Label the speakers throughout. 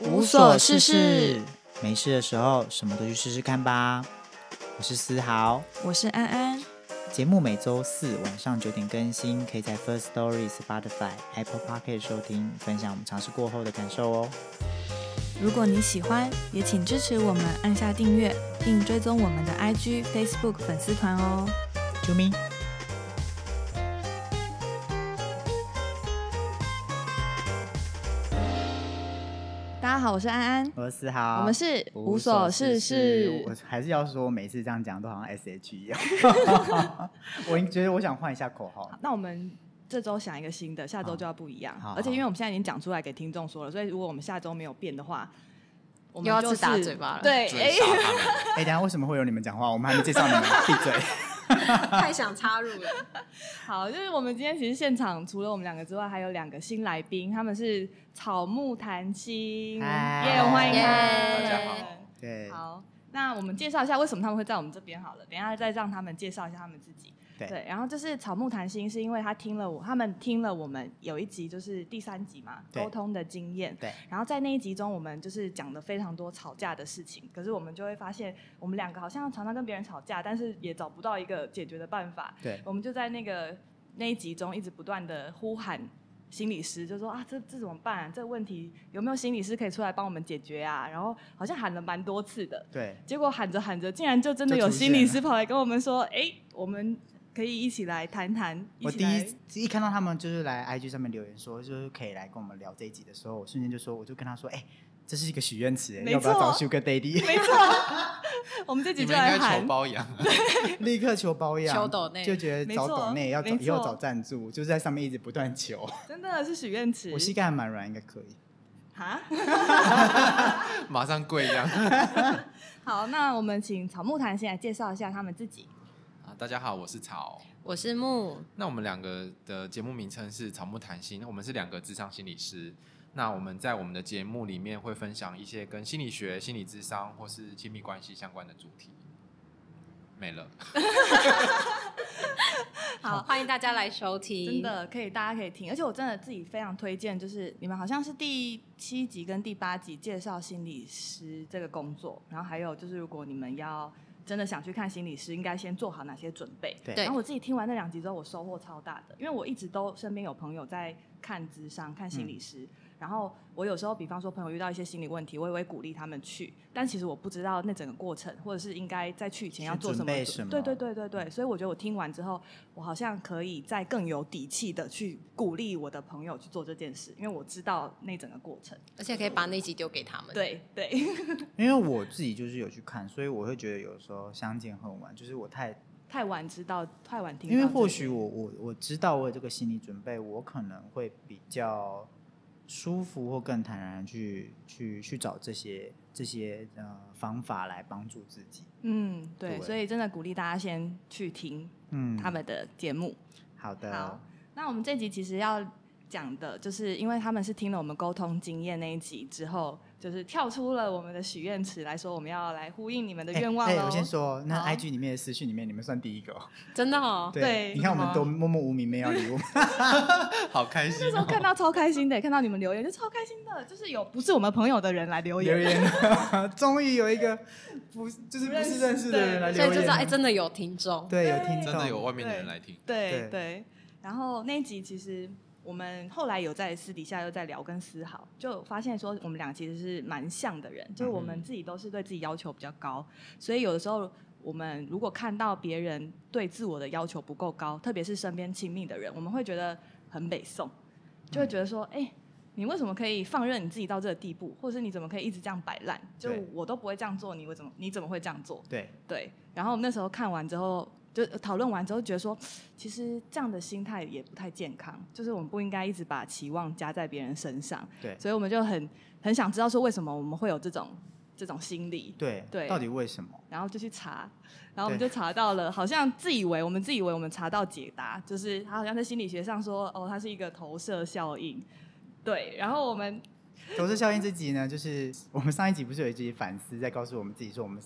Speaker 1: 无所事事，
Speaker 2: 没事的时候什么都去试试看吧。我是思豪，
Speaker 1: 我是安安，
Speaker 2: 节目每周四晚上九点更新，可以在 First Story、Spotify、Apple p o c k e t 收听，分享我们尝试过后的感受哦。
Speaker 1: 如果你喜欢，也请支持我们按下订阅，并追踪我们的 IG、Facebook 粉丝团哦。
Speaker 2: 啾咪。
Speaker 1: 大家好，我是安安，
Speaker 2: 我是思豪，
Speaker 1: 我们是无所事事。
Speaker 2: 我还是要说，我每次这样讲都好像 S H 一样。我觉得我想换一下口号。
Speaker 1: 那我们这周想一个新的，下周就要不一样
Speaker 2: 好。好
Speaker 1: 而且因为我们现在已经讲出来给听众说了，所以如果我们下周没有变的话，我
Speaker 3: 又
Speaker 1: 们
Speaker 3: 要
Speaker 1: 就是
Speaker 3: 自打嘴巴了
Speaker 1: 对，
Speaker 4: 追
Speaker 1: 哎
Speaker 4: 杀他们。
Speaker 2: 哎、等一下为什么会有你们讲话？我们还没介绍你们，闭 嘴。
Speaker 3: 太想插入了。
Speaker 1: 好，就是我们今天其实现场除了我们两个之外，还有两个新来宾，他们是草木谈心，耶，
Speaker 2: 嗨
Speaker 1: 我们欢迎他们。
Speaker 3: 耶大家
Speaker 2: 对
Speaker 1: 好，那我们介绍一下为什么他们会在我们这边好了，等一下再让他们介绍一下他们自己。
Speaker 2: 对
Speaker 1: 然后就是草木谈心，是因为他听了我，他们听了我们有一集就是第三集嘛，
Speaker 2: 对
Speaker 1: 沟通的经验。
Speaker 2: 对
Speaker 1: 然后在那一集中，我们就是讲了非常多吵架的事情，可是我们就会发现，我们两个好像常常跟别人吵架，但是也找不到一个解决的办法。
Speaker 2: 对
Speaker 1: 我们就在那个那一集中一直不断的呼喊心理师，就说啊，这这怎么办、这个问题有没有心理师可以出来帮我们解决啊？然后好像喊了蛮多次的，
Speaker 2: 对
Speaker 1: 结果喊着喊着，竟然就真的有
Speaker 2: 就出现
Speaker 1: 心理师跑来跟我们说，哎，我们可以一起来谈谈，一
Speaker 2: 我
Speaker 1: 起
Speaker 2: 第
Speaker 1: 来
Speaker 2: 一一看到他们就是来 IG 上面留言说，就是可以来跟我们聊这一集的时候，我瞬间就说，我就跟他说，哎、这是一个许愿池，欸
Speaker 1: 没
Speaker 2: 要不要找
Speaker 1: 错
Speaker 2: Sugar Daddy？
Speaker 1: 没错， 我们这集
Speaker 4: 你
Speaker 1: 就
Speaker 4: 们
Speaker 1: 来
Speaker 4: 应该
Speaker 1: 喊
Speaker 4: 求，包养，
Speaker 2: 立刻求包养，
Speaker 3: 求抖内
Speaker 2: 就觉得
Speaker 1: 没
Speaker 2: 找
Speaker 1: 错
Speaker 2: 抖内要找
Speaker 1: 没
Speaker 2: 以后
Speaker 1: 错
Speaker 2: 找赞助，就是在上面一直不断求。
Speaker 1: 真的是许愿池
Speaker 2: 我膝盖还蛮软，应该可以。
Speaker 1: 啊。
Speaker 4: 马上跪一样。
Speaker 1: 好，那我们请草木谈先来介绍一下他们自己。
Speaker 4: 啊，大家好，我是草。
Speaker 3: 我是木，
Speaker 4: 那我们两个的节目名称是草木谈心，我们是两个智商心理师。那我们在我们的节目里面会分享一些跟心理学、心理智商或是亲密关系相关的主题。没了，
Speaker 3: 好，欢迎大家来收听。
Speaker 1: 真，的可以，大家可以听，而且我真的自己非常推荐，就是你们好像是第七集跟第八集介绍心理师这个工作，然后还有就是如果你们要真的想去看心理师，应该先做好哪些准备？
Speaker 2: 对
Speaker 1: 然后我自己听完那两集之后，我收获超大的，因为我一直都身边有朋友在看咨商、看心
Speaker 2: 嗯
Speaker 1: 理师，然后我有时候比方说朋友遇到一些心理问题，我也会鼓励他们去，但其实我不知道那整个过程，或者是应该在去以前要做什么
Speaker 2: 去准备
Speaker 1: 准
Speaker 2: 什么
Speaker 1: 对对对对对，所以我觉得我听完之后，我好像可以再更有底气的去鼓励我的朋友去做这件事，因为我知道那整个过程。
Speaker 3: 而且可以把那集丢给他们。，
Speaker 1: 对对，
Speaker 2: 因为我自己就是有去看，所以我会觉得有时候相见恨晚，就是我太
Speaker 1: 太晚知道，太晚听到这
Speaker 2: 因
Speaker 1: 个。
Speaker 2: 为或许我我我知道我有这个心理准备，我可能会比较舒服或更坦然地去去去找这些这些呃方法来帮助自己。
Speaker 1: 嗯对，
Speaker 2: 对
Speaker 1: 所以真的鼓励大家先去听
Speaker 2: 嗯，
Speaker 1: 他们的节目。
Speaker 2: 好的，哦
Speaker 1: 好，那我们这集其实要讲的就是，因为他们是听了我们沟通经验那一集之后，就是跳出了我们的许愿池来说，我们要来呼应你们的
Speaker 2: 哎
Speaker 1: 愿望
Speaker 2: 哎
Speaker 1: 喽。
Speaker 2: 我先说，那
Speaker 1: 好
Speaker 2: IG 里面的私讯里面，你们算第一个、 哦。
Speaker 3: 真的哦。
Speaker 1: 对
Speaker 2: 你看我
Speaker 1: 好
Speaker 2: 们都默默无名，没有礼物。
Speaker 4: 好开心、
Speaker 1: 那时候看
Speaker 4: 哦。
Speaker 1: 到超开心的，看到你们留言就超开心的，就是有不是我们朋友的人来 留言，
Speaker 2: 留言了，终于有一个不就是不是认识的人来
Speaker 1: 不
Speaker 2: 留言
Speaker 3: 所以
Speaker 2: 了，
Speaker 3: 就知道，哎，真的有听众。
Speaker 2: 对有听
Speaker 4: 真
Speaker 2: 众，
Speaker 4: 的有外面的人来听，
Speaker 1: 对
Speaker 2: 对
Speaker 1: 对，然后那一集其实我们后来有在私底下又在聊，跟思豪就发现说我们俩其实是蛮像的人，就是我们自己都是对自己要求比较高，所以有的时候我们如果看到别人对自我的要求不够高，特别是身边亲密的人，我们会觉得很北宋，就会觉得说，哎、你为什么可以放任你自己到这个地步，或者是你怎么可以一直这样摆烂？就
Speaker 2: 对
Speaker 1: 我都不会这样做，你为怎么你怎么会这样做？
Speaker 2: 对
Speaker 1: 对，然后我们那时候看完之后，就讨论完之后，觉得说，其实这样的心态也不太健康，就是我们不应该一直把期望加在别人身上，
Speaker 2: 对
Speaker 1: 所以我们就很很想知道说，为什么我们会有这种这种心理，
Speaker 2: 对
Speaker 1: 对
Speaker 2: 到底为什么？
Speaker 1: 然后就去查，然后我们就
Speaker 2: 对
Speaker 1: 查到了，好像自以为我们自以为我们查到解答，就是他好像在心理学上说，哦，它是一个投射效应，对，然后我们
Speaker 2: 投射效应这集呢，就是我们上一集不是有一集反思，在告诉我们自己说，我们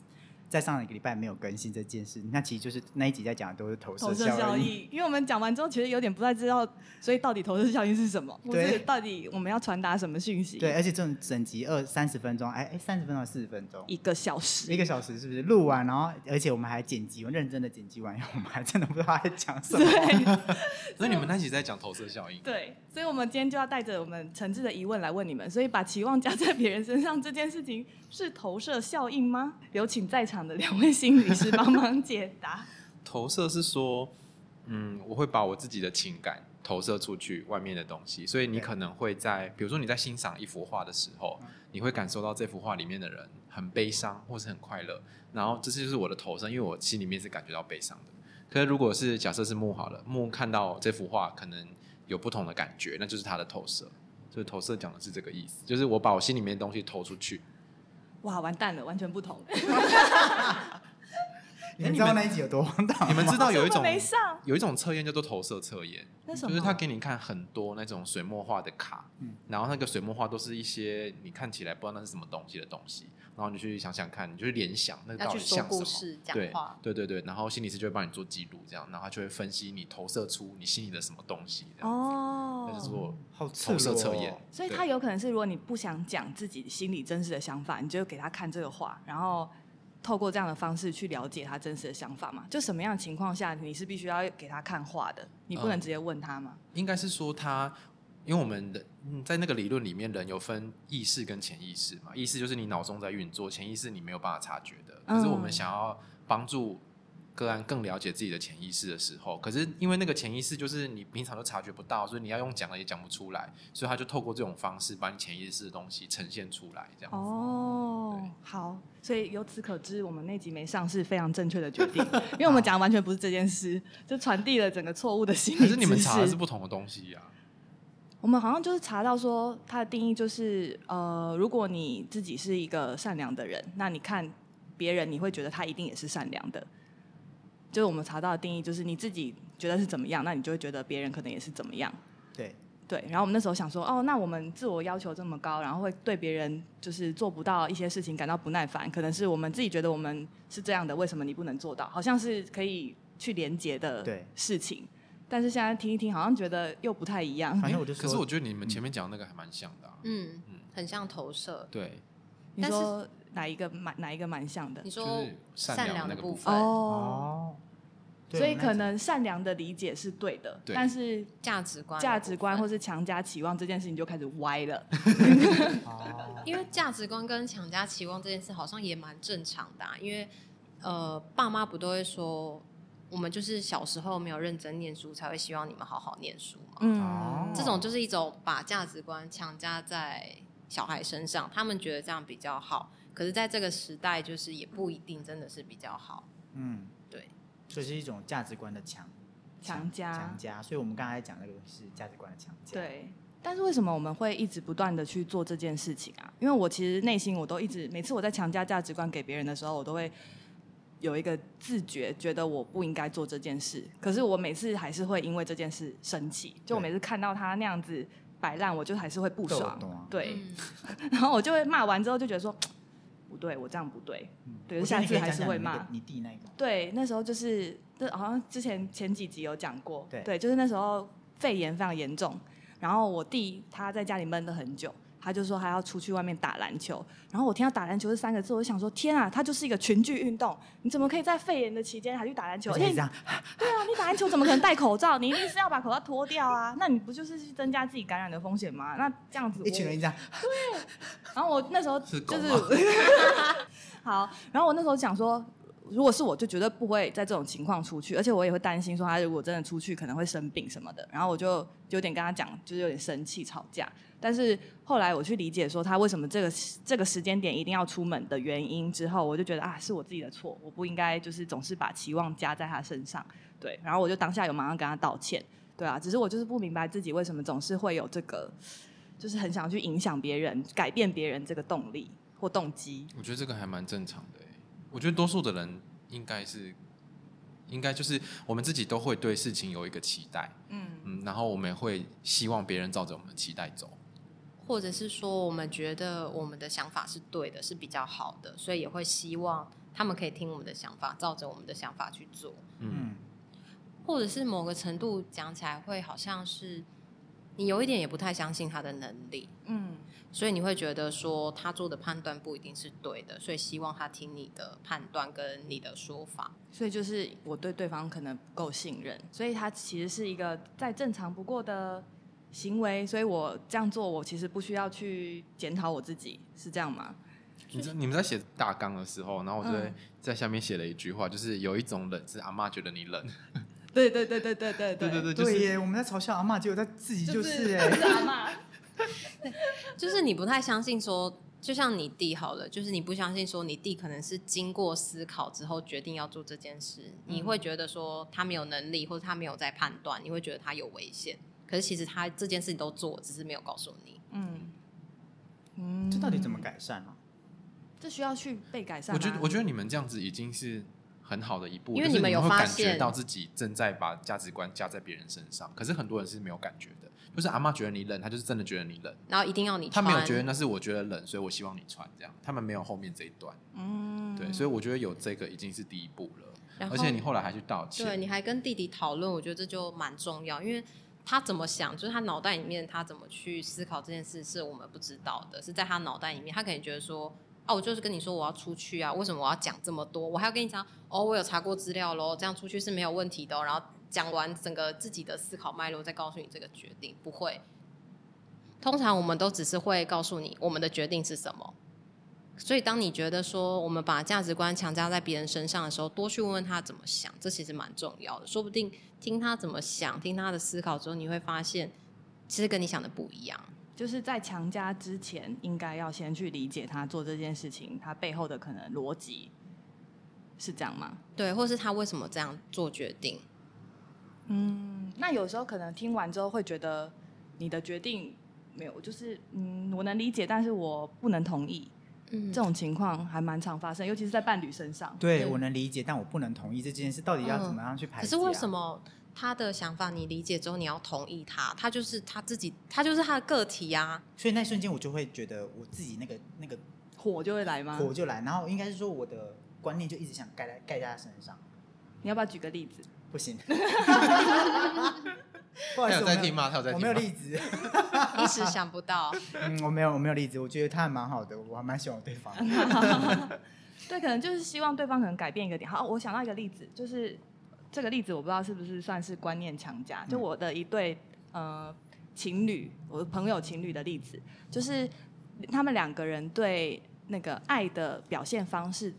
Speaker 2: 在上一个礼拜没有更新这件事，那其实就是那一集在讲的都是投
Speaker 1: 投
Speaker 2: 射
Speaker 1: 射
Speaker 2: 效
Speaker 1: 效。应，因为我们讲完之后，其实有点不太知道，所以到底投射效应是什么，或
Speaker 2: 对
Speaker 1: 是到底我们要传达什么讯息？
Speaker 2: 对，，而且这种整集二三十分钟，哎哎，三十分钟四十分钟，
Speaker 1: 一个小时
Speaker 2: 一，个小时是不是录完？然后而且我们还剪辑，我认真的剪辑完，因为我们还真的不知道他在讲什么。
Speaker 1: 对
Speaker 4: 所以你们那集在讲投射效应，
Speaker 1: 对，所以我们今天就要带着我们诚挚的疑问来问你们，所以把期望加在别人身上这件事情是投射效应吗？有请在场的两位心理师帮忙解答。
Speaker 4: 投射是说，嗯，我会把我自己的情感投射出去外面的东西，所以你
Speaker 2: 对
Speaker 4: 可能会在，比如说你在欣赏一幅画的时候
Speaker 2: 嗯，
Speaker 4: 你会感受到这幅画里面的人很悲伤或是很快乐，然后这就是我的投射，因为我心里面是感觉到悲伤的。可是如果是假设是木好了，木看到这幅画可能有不同的感觉，那就是他的投射。就是投射讲的是这个意思，就是我把我心里面的东西投出 去。
Speaker 1: 哇，完蛋了，完全不同，
Speaker 2: 你们知道那一集有多荒唐吗？
Speaker 4: 你们知道有一
Speaker 1: 我
Speaker 4: 种
Speaker 1: 没上，
Speaker 4: 有一种测验叫做投射测验，
Speaker 1: 那什
Speaker 4: 就
Speaker 1: 么？
Speaker 3: 哦
Speaker 4: 是他给你看很多那种水墨画的卡，
Speaker 2: 嗯
Speaker 4: 然后那个水墨画都是一些你看起来不知道那是什么东西的东西，然后你去想想看，你就去联想那个
Speaker 3: 要
Speaker 4: 到
Speaker 3: 去
Speaker 4: 底
Speaker 3: 说
Speaker 4: 像什
Speaker 3: 故
Speaker 4: 么。
Speaker 3: 事、讲
Speaker 4: 对
Speaker 3: 话，
Speaker 4: 对对对，然后心理师就会帮你做记录，这样，然后他就会分析你投射出你心里的什么东西，这样，那就是
Speaker 1: 哦，
Speaker 4: 我
Speaker 2: 好赤
Speaker 4: 投射
Speaker 2: 裸
Speaker 4: 测
Speaker 2: 哦
Speaker 4: 验。
Speaker 1: 所以
Speaker 4: 对
Speaker 1: 他有可能是，如果你不想讲自己心里真实的想法，你就给他看这个话，然后透过这样的方式去了解他真实的想法嘛？就什么样的情况下你是必须要给他看话的？你不能
Speaker 4: 嗯
Speaker 1: 直接问他嘛？
Speaker 4: 应该是说他，因为我们的嗯在那个理论里面，人有分意识跟潜意识嘛，意识就是你脑中在运作，潜意识你没有办法察觉的。可是我们
Speaker 1: 嗯
Speaker 4: 想要帮助个案更了解自己的潜意识的时候，可是因为那个潜意识就是你平常都察觉不到，所以你要用讲的也讲不出来，所以他就透过这种方式把你潜意识的东西呈现出来，这样子。
Speaker 1: 哦
Speaker 4: 嗯对，
Speaker 1: 好，所以由此可知，我们那集没上是非常正确的决 定，因为我们讲的完全不是这件事，就传递了整个错误的心理
Speaker 4: 可
Speaker 1: 知识。
Speaker 4: 是你们查的是不同的东西啊呀、
Speaker 1: 我们好像就是查到说，它的定义就是，呃，如果你自己是一个善良的人，那你看别人，你会觉得他一定也是善良的。就是我们查到的定义，就是你自己觉得是怎么样，那你就会觉得别人可能也是怎么样。
Speaker 2: 对，
Speaker 1: 对，然后我们那时候想说，哦，那我们自我要求这么高，然后会对别人就是做不到一些事情感到不耐烦，可能是我们自己觉得我们是这样的，为什么你不能做到？好像是可以去连接的
Speaker 2: 对
Speaker 1: 事情，但是现在听一听，好像觉得又不太一样。
Speaker 2: 反正
Speaker 4: 诶
Speaker 2: 我就
Speaker 4: 可是
Speaker 2: 说嗯
Speaker 4: 我觉得你们前面讲的那个还蛮像的、啊。
Speaker 3: 嗯
Speaker 4: 嗯，
Speaker 3: 很像投射。
Speaker 4: 对，
Speaker 1: 你
Speaker 3: 但是
Speaker 1: 说哪一个蛮哪一个蛮像的
Speaker 3: 你？
Speaker 4: 就
Speaker 3: 说
Speaker 4: 是
Speaker 3: 善
Speaker 4: 良
Speaker 3: 良
Speaker 4: 的
Speaker 3: 的
Speaker 4: 那个
Speaker 3: 部
Speaker 4: 部
Speaker 3: 分，
Speaker 1: 哦，
Speaker 2: 哦，对
Speaker 1: 所
Speaker 2: 我
Speaker 1: 以
Speaker 2: 们那
Speaker 1: 可
Speaker 2: 集
Speaker 1: 能善良的理解是对的，
Speaker 4: 对
Speaker 1: 但是
Speaker 3: 价值观的
Speaker 1: 价
Speaker 3: 部
Speaker 1: 值观或
Speaker 3: 分
Speaker 1: 是强加期望这件事情就开始歪了。
Speaker 2: 哦
Speaker 3: 因为价值观跟强加期望这件事好像也蛮正常的、啊，因为呃，爸妈不都会说，我们就是小时候没有认真念书，才会希望你们好好念书嘛。
Speaker 1: 嗯
Speaker 2: 哦，
Speaker 3: 这种就是一种把价值观强加在小孩身上，他们觉得这样比较好，可是在这个时代，就是也不一定真的是比较好。
Speaker 2: 嗯，
Speaker 3: 对，
Speaker 2: 这是一种价值观的强
Speaker 1: 强加
Speaker 2: 强加，所以我们刚才讲那个是价值观的强加，，
Speaker 1: 啊对，但是为什么我们会一直不断的去做这件事情啊？因为我其实内心我都一直，每次我在强加价值观给别人的时候，我都会有一个自觉，觉得我不应该做这件事。可是我每次还是会因为这件事生气，就我
Speaker 2: 对
Speaker 1: 每次看到他那样子摆烂，我就还是会不爽
Speaker 2: 懂啊。
Speaker 1: 对，
Speaker 3: 嗯
Speaker 1: 然后我就会骂完之后就觉得说不对，我这样不对。
Speaker 2: 嗯
Speaker 1: 对
Speaker 2: 我觉
Speaker 1: 下
Speaker 2: 得你
Speaker 1: 次
Speaker 2: 可以
Speaker 1: 还
Speaker 2: 讲
Speaker 1: 是
Speaker 2: 讲
Speaker 1: 会
Speaker 2: 你那个
Speaker 1: 骂
Speaker 2: 你弟那个，
Speaker 1: 对，那时候就是，这好像之前前几集有讲过，
Speaker 2: 对
Speaker 1: 就是那时候肺炎非常严重，然后我弟他在家里闷了很久，他就说他要出去外面打篮球，然后我听到打篮球这三个字，我就想说天啊，他就是一个群聚运动，你怎么可以在肺炎的期间还去打篮球？
Speaker 2: 而
Speaker 1: 而
Speaker 2: 且
Speaker 1: 且
Speaker 2: 是这样，
Speaker 1: 对啊，你打篮球怎么可能戴口罩？你一定是要把口罩脱掉啊，那你不就是去增加自己感染的风险吗？那这样子我
Speaker 2: 一群人这样，
Speaker 1: 然后我那时候
Speaker 4: 是狗
Speaker 1: 就
Speaker 4: 吗
Speaker 1: 是 好，然后我那时候想说，如果是我就绝对不会在这种情况出去，而且我也会担心说他如果真的出去可能会生病什么的。然后我就有点跟他讲，就是有点生气吵架。但是后来我去理解说他为什么这个这个时间点一定要出门的原因之后，我就觉得啊是我自己的错，我不应该就是总是把期望加在他身上。对，然后我就当下有马上跟他道歉。对啊，只是我就是不明白自己为什么总是会有这个就是很想去影响别人、改变别人这个动力或动机。
Speaker 4: 我觉得这个还蛮正常的欸。我觉得多数的人应该是，应该就是我们自己都会对事情有一个期待，
Speaker 1: 嗯，
Speaker 4: 嗯，然后我们也会希望别人照着我们的期待走。
Speaker 3: 或者是说我们觉得我们的想法是对的，是比较好的，所以也会希望他们可以听我们的想法，照着我们的想法去做，
Speaker 4: 嗯
Speaker 2: 嗯
Speaker 3: 或者是某个程度讲起来会好像是你有一点也不太相信他的能力，
Speaker 1: 嗯
Speaker 3: 所以你会觉得说他做的判断不一定是对的，所以希望他听你的判断跟你的说法。
Speaker 1: 所以就是我对对方可能不够信任，所以他其实是一个再正常不过的行为，所以我这样做，我其实不需要去检讨我自己，是这样吗？
Speaker 4: 你知你们在写大纲的时候，然后我就会
Speaker 1: 嗯
Speaker 4: 在下面写了一句话，就是有一种冷是阿妈觉得你冷，
Speaker 1: 对对对对对对
Speaker 4: 对对对，就
Speaker 2: 对
Speaker 4: 是
Speaker 2: 耶，我们在嘲笑阿嬷，结果他自己 就是 哎、
Speaker 1: 就是阿嬷
Speaker 3: 就是你不太相信说，就像你弟好了，就是你不相信说你弟可能是经过思考之后决定要做这件事，你
Speaker 4: 嗯
Speaker 3: 会觉得说他没有能力，或者他没有在判断，你会觉得他有危险。可是其实他这件事情都做，只是没有告诉你。
Speaker 1: 嗯嗯
Speaker 2: 这到底怎么？改善啊？
Speaker 1: 这需要去被改善
Speaker 4: 我
Speaker 1: 吗。
Speaker 4: 觉得我觉得你们这样子已经是很好的一步，
Speaker 3: 啊因为
Speaker 4: 就是
Speaker 3: 你们
Speaker 4: 们
Speaker 3: 有
Speaker 4: 会
Speaker 3: 发
Speaker 4: 感觉
Speaker 3: 现
Speaker 4: 到自己正在把价值观加在别人身上，可是很多人是没有感觉的，就是阿妈觉得你冷，她就是真的觉得你冷，
Speaker 3: 然后一定要你
Speaker 4: 她
Speaker 3: 穿，
Speaker 4: 没有觉得那是我觉得冷，所以我希望你穿这样，他们没有后面这一段，
Speaker 1: 嗯
Speaker 4: 对，所以我觉得有这个已经是第一步了，
Speaker 3: 然后
Speaker 4: 而且你后来还去道
Speaker 3: 对，
Speaker 4: 歉，
Speaker 3: 你还跟弟弟讨论，我觉得这就蛮重要，因为他怎么想，就是他脑袋里面他怎么去思考这件事，是我们不知道的，是在他脑袋里面，他可能觉得说。啊，我就是跟你说我要出去啊，为什么我要讲这么多？我还要跟你讲哦，我有查过资料喽，这样出去是没有问题的哦、然后讲完整个自己的思考脉络，再告诉你这个决定不会。通常我们都只是会告诉你我们的决定是什么，所以，当你觉得说我们把价值观强加在别人身上的时候，多去问问他怎么想，这其实蛮重要的。说不定听他怎么想，听他的思考之后，你会发现其实跟你想的不一样。
Speaker 1: 就是在强加之前，应该要先去理解他做这件事情，他背后的可能逻辑是这样吗？
Speaker 3: 对，或是他为什么这样做决定？
Speaker 1: 嗯，那有时候可能听完之后会觉得你的决定没有，就是嗯，我能理解，但是我不能同意。
Speaker 3: 嗯
Speaker 1: 这种情况还蛮常发生，尤其是在伴侣身上。
Speaker 2: 对
Speaker 3: 对
Speaker 2: 我能理解，但我不能同意这件事，到底要怎么样去排解、啊
Speaker 3: 可是为什
Speaker 2: 么？
Speaker 3: 么他的想法你理解之后，你要同意他？他就是他自己，他就是他的个体啊。
Speaker 2: 所以那一瞬间我就会觉得我自己那个那个
Speaker 1: 火就会来吗？
Speaker 2: 火就来，然后应该是说我的观念就一直想盖在盖在他身上，
Speaker 1: 你要不要举个例子？
Speaker 2: 不行。不好意
Speaker 4: 她
Speaker 2: 思，
Speaker 4: 有
Speaker 2: 我
Speaker 4: 在
Speaker 2: 没
Speaker 4: 听吗？她有在
Speaker 2: 我
Speaker 4: 听
Speaker 2: 没有
Speaker 4: 吗？
Speaker 2: 例子，
Speaker 3: 一时想不到，
Speaker 2: 嗯，我没有我没有例子，我觉得他还蛮好的，我还蛮喜欢对方的。
Speaker 1: 对，可能就是希望对方可能改变一个点。好，哦我想到一个例子，就是这个例子我不知道是不是算是观念强加。就
Speaker 2: 嗯
Speaker 1: 我的一对呃情侣，我的朋友情侣的例子，就是他们两个人对那个爱的表现方式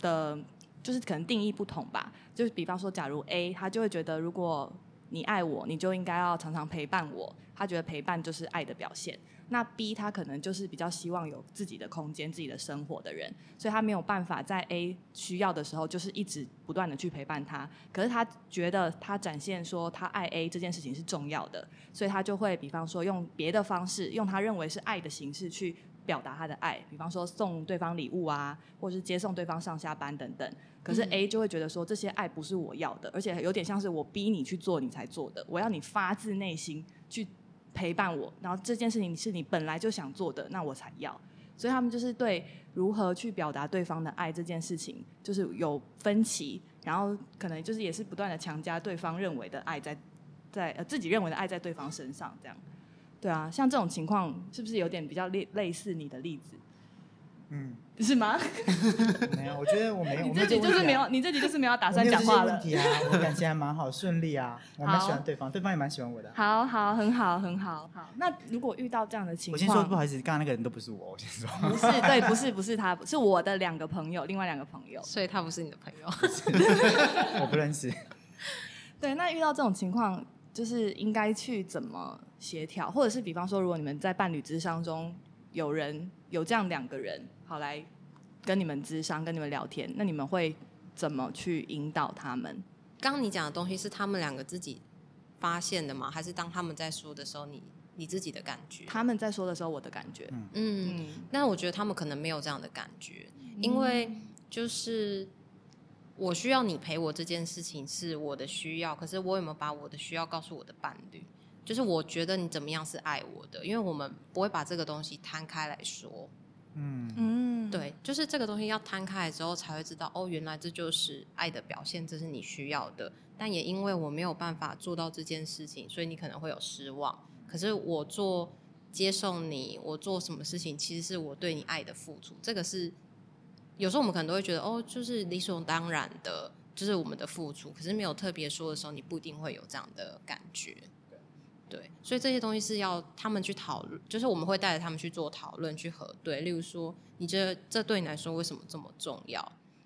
Speaker 1: 的，就是可能定义不同吧。就是比方说，假如 A 他就会觉得，如果你爱我，你就应该要常常陪伴我，他觉得陪伴就是爱的表现。那 B 他可能就是比较希望有自己的空间、自己的生活的人，所以他没有办法在 A 需要的时候，就是一直不断的去陪伴他。可是他觉得他展现说他爱 A 这件事情是重要的，所以他就会比方说用别的方式，用他认为是爱的形式去表达他的爱，比方说送对方礼物啊，或是接送对方上下班等等。可是
Speaker 3: 嗯
Speaker 1: A 就会觉得说这些爱不是我要的，而且有点像是我逼你去做你才做的，我要你发自内心去陪伴我，然后这件事情是你本来就想做的，那我才要。所以他们就是对如何去表达对方的爱这件事情，就是有分歧，然后可能就是也是不断的强加对方认为的爱在在呃自己认为的爱在对方身上，这样。对啊，像这种情况是不是有点比较类类似你的例子？
Speaker 2: 嗯，
Speaker 1: 是吗？
Speaker 2: 没有，我觉得我没有，
Speaker 1: 你
Speaker 2: 我没
Speaker 1: 自
Speaker 2: 有这
Speaker 1: 己
Speaker 2: 个
Speaker 1: 就是
Speaker 2: 问题啊
Speaker 1: 没有，你自己就是没有打
Speaker 2: 我
Speaker 1: 算
Speaker 2: 没有
Speaker 1: 讲
Speaker 2: 这些
Speaker 1: 话
Speaker 2: 问
Speaker 1: 了。
Speaker 2: 题啊，我感情还 蛮好，顺利啊，我蛮
Speaker 1: 好
Speaker 2: 喜欢对方，对方也蛮喜欢我的啊。
Speaker 1: 好好，很好，很好，好。那如果遇到这样的情
Speaker 2: 我
Speaker 1: 况，
Speaker 2: 先说不好意思，刚刚那个人都不是我，我先说。
Speaker 1: 不是，对，不是，不是他，是我的两个朋友，另外两个朋友。
Speaker 3: 所以他不是你的朋友。
Speaker 2: 我不 认识。
Speaker 1: 对，那遇到这种情况，就是应该去怎么协调，或者是比方说，如果你们在伴侣之商中有人有这样两个人，好来跟你们咨商，跟你们聊天，那你们会怎么去引导他们？
Speaker 3: 刚刚你讲的东西是他们两个自己发现的吗？还是当他们在说的时候，你你自己的感觉？
Speaker 1: 他们在说的时候，我的感觉，
Speaker 3: 嗯，
Speaker 1: 嗯，
Speaker 3: 那我觉得他们可能没有这样的感觉，因为就是我需要你陪我这件事情是我的需要，可是我有没有把我的需要告诉我的伴侣？就是我觉得你怎么样是爱我的，因为我们不会把这个东西摊开来说。
Speaker 2: 嗯，
Speaker 1: 嗯嗯，
Speaker 3: 对，就是这个东西要摊开来之后，才会知道哦，原来这就是爱的表现，这是你需要的。但也因为我没有办法做到这件事情，所以你可能会有失望。可是我做接受你，我做什么事情，其实是我对你爱的付出。这个是有时候我们可能都会觉得哦，就是理所当然的，就是我们的付出。可是没有特别说的时候，你不一定会有这样的感觉。对，所以这些东西是要他们去讨论，就是我们会带着他们去做讨论、去核对。例如说，你这这对你来说为什么这么重要？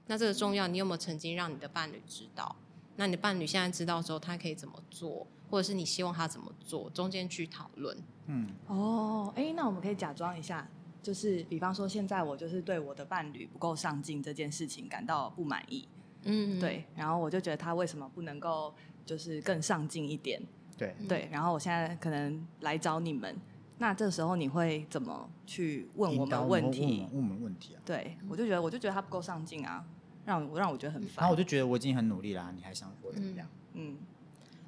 Speaker 3: 那这个重要，你有没有曾经让你的伴侣知道？那你的伴侣现在知道之后，他可以怎么做，或者是你希望他怎么做？中间去讨论。
Speaker 2: 嗯，
Speaker 1: 哦，哎，那我们可以假装一下，就是比方说现在我就是对我的伴侣不够上进这件事情感到不满意，
Speaker 3: 嗯，
Speaker 1: 对，然后我就觉得他为什么不能够就是更上进一点，
Speaker 2: 对，
Speaker 3: 嗯
Speaker 1: 对，然后我现在可能来找你们，那这时候你会怎么去问我
Speaker 2: 引导
Speaker 1: 们
Speaker 2: 我
Speaker 1: 问
Speaker 2: 问我
Speaker 1: 题
Speaker 2: 们？问我们问题啊。
Speaker 1: 对，我就觉得我就觉得他不够上进啊，让我让我觉得很
Speaker 2: 然后
Speaker 1: 烦
Speaker 2: 我。就觉得我已经很努力啦，你还想我怎么样？
Speaker 1: 嗯，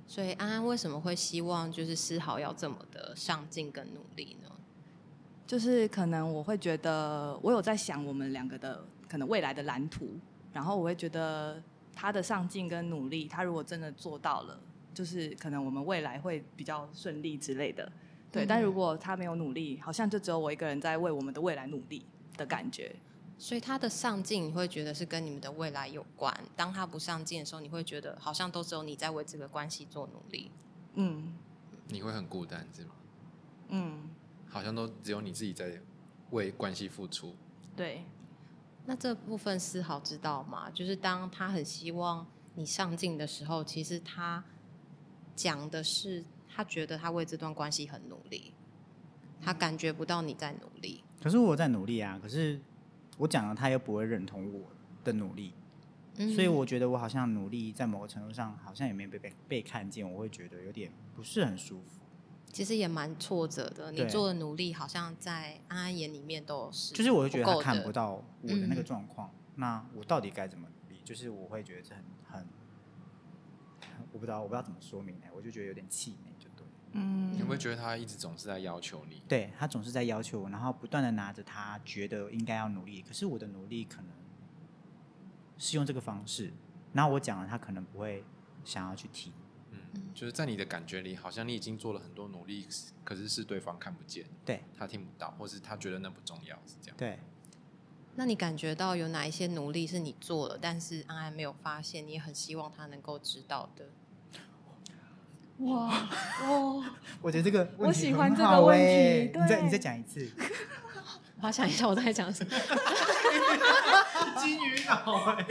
Speaker 3: 所以安安为什么会希望就是思豪要这么的上进跟努力呢？
Speaker 1: 就是可能我会觉得我有在想我们两个的可能未来的蓝图，然后我会觉得他的上进跟努力，他如果真的做到了，就是可能我们未来会比较顺利之类的。对，但
Speaker 3: 嗯
Speaker 1: 如果他没有努力，好像就只有我一个人在为我们的未来努力的感觉。
Speaker 3: 所以他的上进，你会觉得是跟你们的未来有关。当他不上进的时候，你会觉得好像都只有你在为这个关系做努力。
Speaker 1: 嗯
Speaker 4: 你会很孤单是吗？
Speaker 1: 嗯，
Speaker 4: 好像都只有你自己在为关系付出。
Speaker 1: 对，
Speaker 3: 那这部分丝毫知道吗？就是当他很希望你上进的时候，其实他讲的是他觉得他为这段关系很努力，他感觉不到你在努力。
Speaker 2: 可是我在努力啊，可是我讲了他又不会认同我的努力，
Speaker 3: 嗯
Speaker 2: 所以我觉得我好像努力在某个程度上好像也没有被被被看见，我会觉得有点不是很舒服。
Speaker 3: 其实也蛮挫折的。你
Speaker 2: 对
Speaker 3: 做的努力好像在安安眼里面都有是，
Speaker 2: 就是我会觉得他
Speaker 3: 够
Speaker 2: 看
Speaker 3: 的
Speaker 2: 不到我的那个
Speaker 3: 嗯
Speaker 2: 状况，那我到底该怎么努力？就是我会觉得这很很，我不知道我不知道怎么说明哎、我就觉得有点气馁，就对了。
Speaker 1: 嗯
Speaker 4: 你会不会觉得他一直总是在要求你？
Speaker 2: 对他总是在要求我，然后不断的拿着他觉得应该要努力，可是我的努力可能是用这个方式，然后我讲了，他可能不会想要去听。
Speaker 4: 嗯，就是在你的感觉里，好像你已经做了很多努力，可是是对方看不见，
Speaker 2: 对
Speaker 4: 他听不到，或是他觉得那不重要，是这样。
Speaker 2: 对，
Speaker 3: 那你感觉到有哪一些努力是你做了，但是安安没有发现，你也很希望他能够知道的？
Speaker 1: 哇哦，
Speaker 2: 我觉得这个
Speaker 1: 我
Speaker 2: 问题
Speaker 1: 喜
Speaker 2: 很
Speaker 1: 欢这个
Speaker 2: 好
Speaker 1: 问
Speaker 2: 欸
Speaker 1: 题
Speaker 2: 你再
Speaker 1: 对
Speaker 2: 你再讲一次，
Speaker 3: 我要想一下我在讲什么。
Speaker 2: 金鱼脑哎，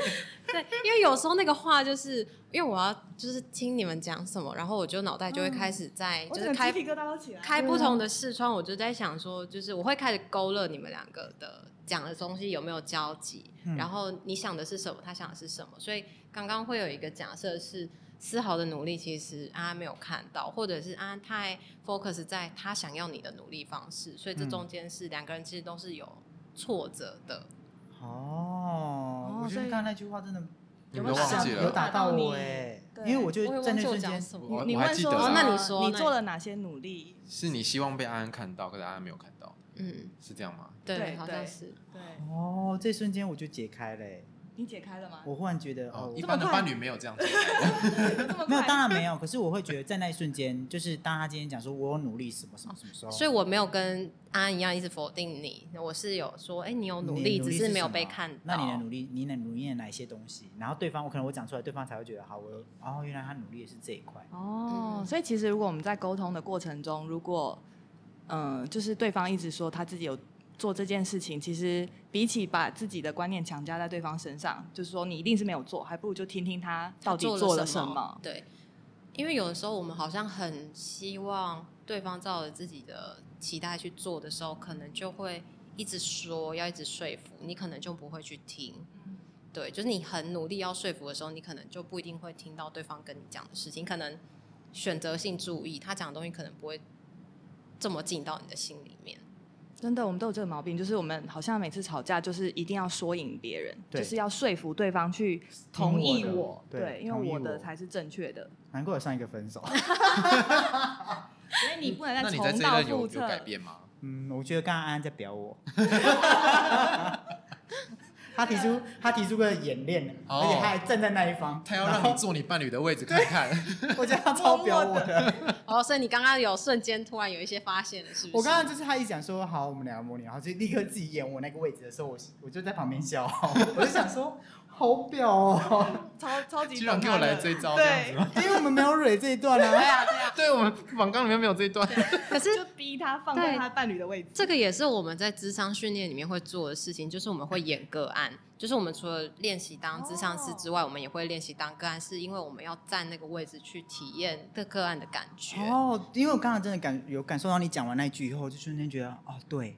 Speaker 3: 对，因为有时候那个话就是因为我要就是听你们讲什么，然后我就脑袋就会开始在、
Speaker 1: 嗯我
Speaker 3: 就
Speaker 1: 整
Speaker 3: 是
Speaker 1: 个
Speaker 3: 开
Speaker 1: 鸡皮疙瘩都起来了。
Speaker 3: 开不同的视窗，我就在想说，就是我会开始勾勒你们两个的讲的东西有没有交集，
Speaker 2: 嗯
Speaker 3: 然后你想的是什么，他想的是什么，所以刚刚会有一个假设是。丝毫的努力，其实安安没有看到，或者是安安太 focus 在他想要你的努力方式，所以这
Speaker 2: 嗯
Speaker 3: 中间是两个人其实都是有挫折的。
Speaker 2: 哦，我觉
Speaker 1: 所
Speaker 2: 得
Speaker 1: 以
Speaker 2: 刚刚那句话真的
Speaker 4: 你
Speaker 3: 有没
Speaker 4: 们
Speaker 3: 有
Speaker 4: 都忘记
Speaker 3: 想
Speaker 2: 有
Speaker 4: 了，
Speaker 2: 打到
Speaker 1: 打
Speaker 2: 我
Speaker 1: 到你
Speaker 2: 哎，
Speaker 1: 对
Speaker 2: 因为我就
Speaker 3: 我也
Speaker 2: 在
Speaker 3: 忘
Speaker 2: 那
Speaker 3: 记我
Speaker 2: 瞬
Speaker 3: 讲
Speaker 2: 间，
Speaker 3: 什
Speaker 4: 我
Speaker 3: 么，
Speaker 1: 你你
Speaker 4: 还
Speaker 1: 问
Speaker 4: 记
Speaker 1: 说
Speaker 4: 得哦
Speaker 3: 那你说
Speaker 1: 你
Speaker 3: 那
Speaker 1: 做
Speaker 3: 你
Speaker 1: 了哪些努力？
Speaker 4: 是你希望被安安看到，可是安安没有看到，
Speaker 3: 嗯，
Speaker 4: 是这样吗？
Speaker 1: 对
Speaker 3: 对，好像
Speaker 1: 对
Speaker 3: 是。
Speaker 1: 对
Speaker 2: 哦，这瞬间我就解开了欸，
Speaker 1: 你解开了吗？
Speaker 2: 我忽然觉得哦，
Speaker 4: 一
Speaker 1: 这么
Speaker 4: 般的
Speaker 1: 快
Speaker 4: 伴侣没有这样子。
Speaker 1: 这么
Speaker 2: 没有，
Speaker 1: 快
Speaker 2: 当然没有。可是我会觉得在那一瞬间，就是当他今天讲说我有努力什么什么什么时候，
Speaker 3: 所以我没有跟安安一样一直否定你，我是有说，哎、你有努力，
Speaker 2: 你的
Speaker 3: 只
Speaker 2: 是
Speaker 3: 没有
Speaker 2: 什么
Speaker 3: 被看到。
Speaker 2: 那你的努力，你能努力的哪一些东西？然后对方，我可能我讲出来，对方才会觉得好，我有哦，原来他努力的是这一块。
Speaker 1: 哦，
Speaker 3: 嗯
Speaker 1: 所以其实如果我们在沟通的过程中，如果嗯、呃就是对方一直说他自己有做这件事情，其实比起把自己的观念强加在对方身上，就是说你一定是没有做，还不如就听听他到底
Speaker 3: 他
Speaker 1: 做
Speaker 3: 了
Speaker 1: 了什么。
Speaker 3: 对，因为有的时候我们好像很希望对方照着自己的期待去做的时候，可能就会一直说，要一直说服你，可能就不会去听。对，就是你很努力要说服的时候，你可能就不一定会听到对方跟你讲的事情，可能选择性注意，他讲的东西可能不会这么进到你的心里面。
Speaker 1: 真的，我们都有这个毛病，就是我们好像每次吵架就是一定要说赢别人，
Speaker 2: 对
Speaker 1: 就是要说服对方去
Speaker 2: 听我
Speaker 1: 同
Speaker 2: 的
Speaker 1: 意
Speaker 2: 对
Speaker 1: 对，因
Speaker 2: 同
Speaker 1: 为
Speaker 2: 意
Speaker 1: 我的
Speaker 2: 我
Speaker 1: 才是正确的，
Speaker 2: 难怪我上一个 分手。
Speaker 1: 所以
Speaker 2: 嗯
Speaker 1: 你不能
Speaker 4: 那
Speaker 1: 再
Speaker 4: 你在
Speaker 1: 重
Speaker 4: 这一
Speaker 1: 蹈
Speaker 4: 任有
Speaker 1: 覆
Speaker 4: 有
Speaker 1: 辙。
Speaker 4: 改变吗？
Speaker 2: 嗯，我觉得刚刚安安在表我，他提出他提出个演练，
Speaker 4: 哦
Speaker 2: 而且他还站在那一方，
Speaker 4: 他要让你坐你伴侣的位 置看看，
Speaker 2: 然后 我觉得他超表我的。
Speaker 3: 哦，所以你刚刚有瞬间突然有一些发现了，是不是？
Speaker 2: 我刚刚就是他一讲说好，我们两个模拟，然后就立刻自己演我那个位置的时候，我我就在旁边笑， 我就想说好表哦，
Speaker 1: 超超级
Speaker 4: 居然
Speaker 1: 懂
Speaker 4: 给我
Speaker 1: 他的
Speaker 4: 来这一招，这样 子
Speaker 1: 对
Speaker 4: 吗？
Speaker 2: 因为我们没有蕊这一段啊。
Speaker 3: 啊，对啊。
Speaker 4: 对我们网纲里面没有这一段，
Speaker 3: 可是
Speaker 1: 就逼他放在
Speaker 3: 对
Speaker 1: 他伴侣的位置。
Speaker 3: 这个也是我们在智商训练里面会做的事情，就是我们会演个案，就是我们除了练习当智商师之外，我们也会练习当个案，是因为我们要站那个位置去体验这个案的感觉。
Speaker 2: 哦，因为我刚刚真的感有感受到你讲完那一句以后，我就瞬间觉得哦，对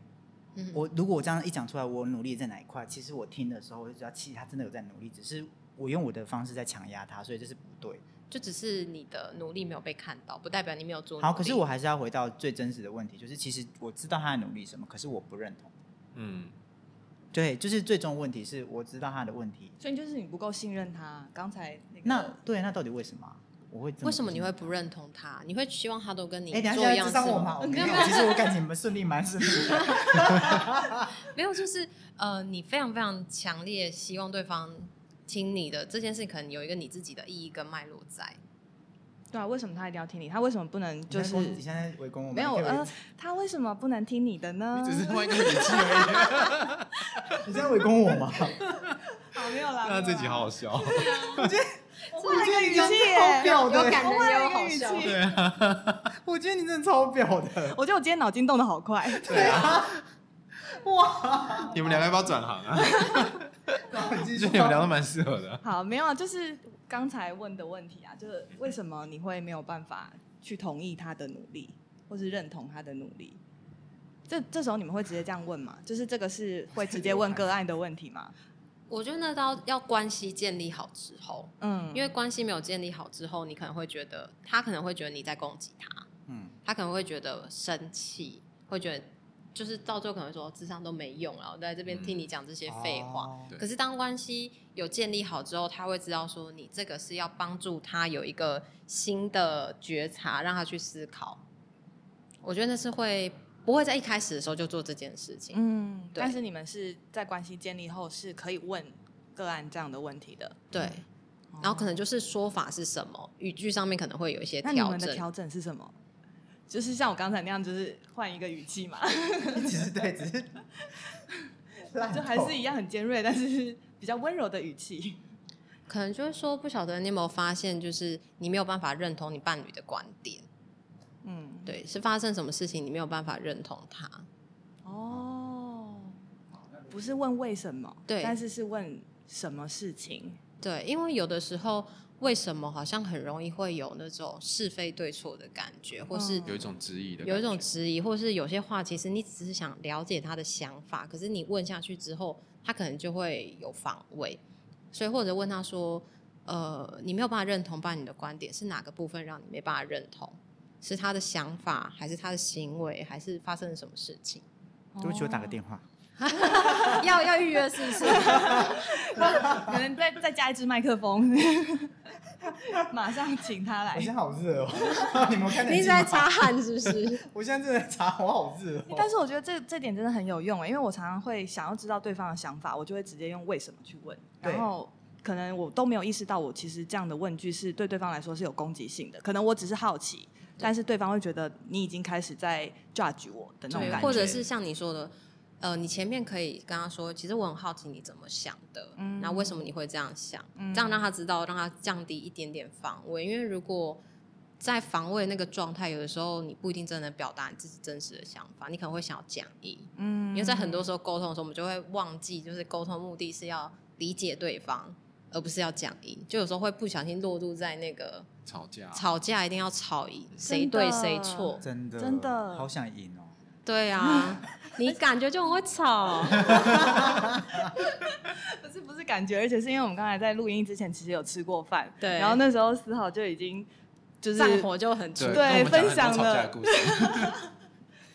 Speaker 3: 嗯
Speaker 2: 我如果我这样一讲出来，我努力在哪一块，其实我听的时候我就知道，其实他真的有在努力，只是我用我的方式在强压他，所以这是不对。
Speaker 3: 就只是你的努力没有被看到，不代表你没有做努力。
Speaker 2: 好，可是我还是要回到最真实的问题，就是其实我知道他在努力什么，可是我不认同。
Speaker 4: 嗯，
Speaker 2: 对，就是最终问题是我知道他的问题，
Speaker 1: 所以就是你不够信任他。刚才那个
Speaker 2: 那对，那到底为什么啊？我会这
Speaker 3: 为什么你会
Speaker 2: 不
Speaker 3: 不认同他？你会希望他都跟你
Speaker 2: 信
Speaker 3: 做
Speaker 2: 哎，等一下现在
Speaker 3: 一样
Speaker 2: 智
Speaker 3: 的
Speaker 2: 商
Speaker 3: 事
Speaker 2: 我
Speaker 3: 吗？
Speaker 2: 吗？我没有，其 实我感情蛮顺利，蛮顺利的。
Speaker 3: 没有，就是呃，你非常非常强烈希望对方听你的这件事，可能有一个你自己的意义跟脉络在。
Speaker 1: 对啊，为什么他一定要听你？他为什么不能就
Speaker 2: 你在
Speaker 1: 是
Speaker 2: 攻你现在围攻我吗，
Speaker 1: 没有
Speaker 2: 你可以围
Speaker 1: 呃，他为什么不能听你的呢
Speaker 4: 你？只是换一个语气而已。
Speaker 3: 呃
Speaker 2: 你现在围攻我 吗？
Speaker 1: 好没有啦，
Speaker 4: 那
Speaker 1: 没有
Speaker 4: 这集
Speaker 1: 啦
Speaker 4: 好好，笑，
Speaker 1: 我
Speaker 2: 我
Speaker 1: 换了一个
Speaker 2: 觉得
Speaker 1: 语
Speaker 2: 你
Speaker 1: 气
Speaker 2: 这样子超
Speaker 1: 耶，
Speaker 2: 表的，
Speaker 3: 有感人
Speaker 1: 我换了一
Speaker 3: 也有
Speaker 1: 个语
Speaker 3: 好笑
Speaker 1: 气。
Speaker 2: 我觉得你真的超表的。
Speaker 1: 我觉得我今天脑筋动得好快，
Speaker 4: 对啊，哇，你们两个要不要转行 啊？
Speaker 2: 继
Speaker 4: 就
Speaker 2: 续
Speaker 3: 啊
Speaker 4: 你们聊的蛮适合的，
Speaker 1: 好，没有啊，就是刚才问的问题啊，就是为什么你会没有办法去同意他的努力，或是认同他的努力？这这时候你们会直接这样问吗？就是这个是会直接问个案的问题吗？
Speaker 3: 我觉得那到要关系建立好之后，
Speaker 1: 嗯，
Speaker 3: 因为关系没有建立好之后，你可能会觉得他可能会觉得你在攻击他，
Speaker 2: 嗯，
Speaker 3: 他可能会觉得生气，会觉得就是到最后可能说智商都没用了，我在这边
Speaker 4: 嗯
Speaker 3: 听你讲这些废话。
Speaker 2: 哦
Speaker 4: 对
Speaker 3: 可是当关系有建立好之后，他会知道说你这个是要帮助他有一个新的觉察，让他去思考。我觉得那是会不会在一开始的时候就做这件事情？
Speaker 1: 嗯，
Speaker 3: 对
Speaker 1: 但是你们是在关系建立后是可以问个案这样的问题的，
Speaker 3: 对，
Speaker 1: 哦
Speaker 3: 然后可能就是说法是什么，语句上面可能会有一些
Speaker 1: 那你
Speaker 3: 调
Speaker 1: 们的
Speaker 3: 整。
Speaker 1: 调整是什么？就是像我刚才那样，就是换一个语气嘛，
Speaker 2: 其实对，只 是
Speaker 1: 就还是一样很尖锐，但是比较温柔的语气。
Speaker 3: 可能就是说，不晓得你有没有发现，就是你没有办法认同你伴侣的观点，
Speaker 1: 嗯，
Speaker 3: 对，是发生什么事情你没有办法认同他，
Speaker 1: 哦，不是问为什么，
Speaker 3: 对
Speaker 1: 但是是问什么事情。
Speaker 3: 对，因为有的时候为什么好像很容易会有那种是非对错的感觉，或是
Speaker 1: 嗯
Speaker 4: 有一种质疑的感觉，
Speaker 3: 有一种质疑，或是有些话其实你只是想了解他的想法，可是你问下去之后，他可能就会有防卫，所以或者问他说，呃，你没有办法认同伴侣的观点，是哪个部分让你没办法认同？是他的想法，还是他的行为，还是发生了什么事情？
Speaker 2: 对不起，我打个电话。
Speaker 3: 要要预约是不是？
Speaker 1: 话，哦 可能再再加一支麦克风， 马上请他来
Speaker 2: 我。现在好热哦，你 们看得
Speaker 3: 哎你一直
Speaker 2: 见吗
Speaker 3: 在擦汗是不是？
Speaker 2: 我现在正在查，我好热哦。
Speaker 1: 但是我觉得这这点真的很有用欸诶，因为我常常会想要知道对方的想法，我就会直接用为什么去问，
Speaker 2: 对
Speaker 1: 然后可能我都没有意识到，我其实这样的问句是对对方来说是有攻击性的，可能我只是好奇，但是对方会觉得你已经开始在 judge 我的那种
Speaker 3: 对，
Speaker 1: 感觉，
Speaker 3: 或者是像你说的，呃，你前面可以跟他说，其实我很好奇你怎么想的，
Speaker 1: 嗯
Speaker 3: 那为什么你会这样想？
Speaker 1: 嗯
Speaker 3: 这样让他知道，让他降低一点点防卫，因为如果在防卫那个状态，有的时候你不一定真的表达你自己真实的想法，你可能会想要讲义，
Speaker 1: 嗯
Speaker 3: 因为在很多时候沟通的时候，我们就会忘记，就是沟通目的是要理解对方，而不是要讲义，就有时候会不小心落入在那个
Speaker 4: 吵
Speaker 1: 啊
Speaker 4: 架，
Speaker 3: 吵架一定要吵赢，谁
Speaker 1: 真的
Speaker 3: 对谁错，
Speaker 2: 真的
Speaker 1: 真的
Speaker 2: 好想赢哦。
Speaker 3: 对 啊，你感觉就很会吵。
Speaker 1: 不是不是感觉，而且是因为我们刚才在录音之前其实有吃过饭，
Speaker 3: 对
Speaker 1: 然后那时候思豪就已经就是
Speaker 3: 战火就很出
Speaker 1: 对
Speaker 4: 对，，跟我们讲
Speaker 1: 分享
Speaker 4: 很多吵架的故事。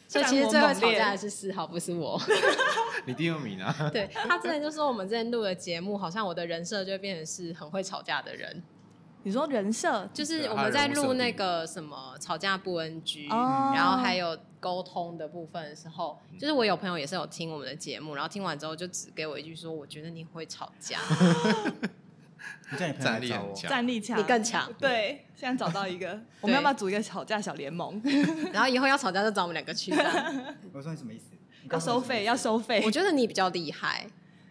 Speaker 3: 所以其实最后吵架的是四号，不是我。
Speaker 4: 你第二名啊，
Speaker 3: 对他之前就说我们之前录的节目，好像我的人设就会变成是很会吵架的人。
Speaker 1: 你说人设
Speaker 3: 就是
Speaker 4: 对
Speaker 3: 我
Speaker 4: 还有
Speaker 3: 们在
Speaker 4: 人物设
Speaker 3: 录那
Speaker 4: 定
Speaker 3: 个什么吵架不
Speaker 2: 嗯
Speaker 3: NG，、
Speaker 1: 哦，
Speaker 3: 然后还有沟通的部分的时候，就是我有朋友也是有听我们的节目，然后听完之后就只给我一句说：“我觉得你会吵 架，
Speaker 2: 你叫你朋友
Speaker 4: 战
Speaker 2: 来
Speaker 4: 力
Speaker 2: 找
Speaker 4: 很
Speaker 2: 我，
Speaker 4: 强，
Speaker 1: 战力强，
Speaker 3: 嗯你更强。
Speaker 1: 对，现在找到一 个，我们要不要组一个吵架小联 盟？
Speaker 3: 然后以后要吵架就找我们两个去。这样
Speaker 2: 我说你什么意思？
Speaker 1: 要
Speaker 2: 你刚刚说
Speaker 1: 收
Speaker 2: 什么
Speaker 1: 费，
Speaker 2: 意 思
Speaker 1: 要收费
Speaker 3: 我。觉得你比较厉害，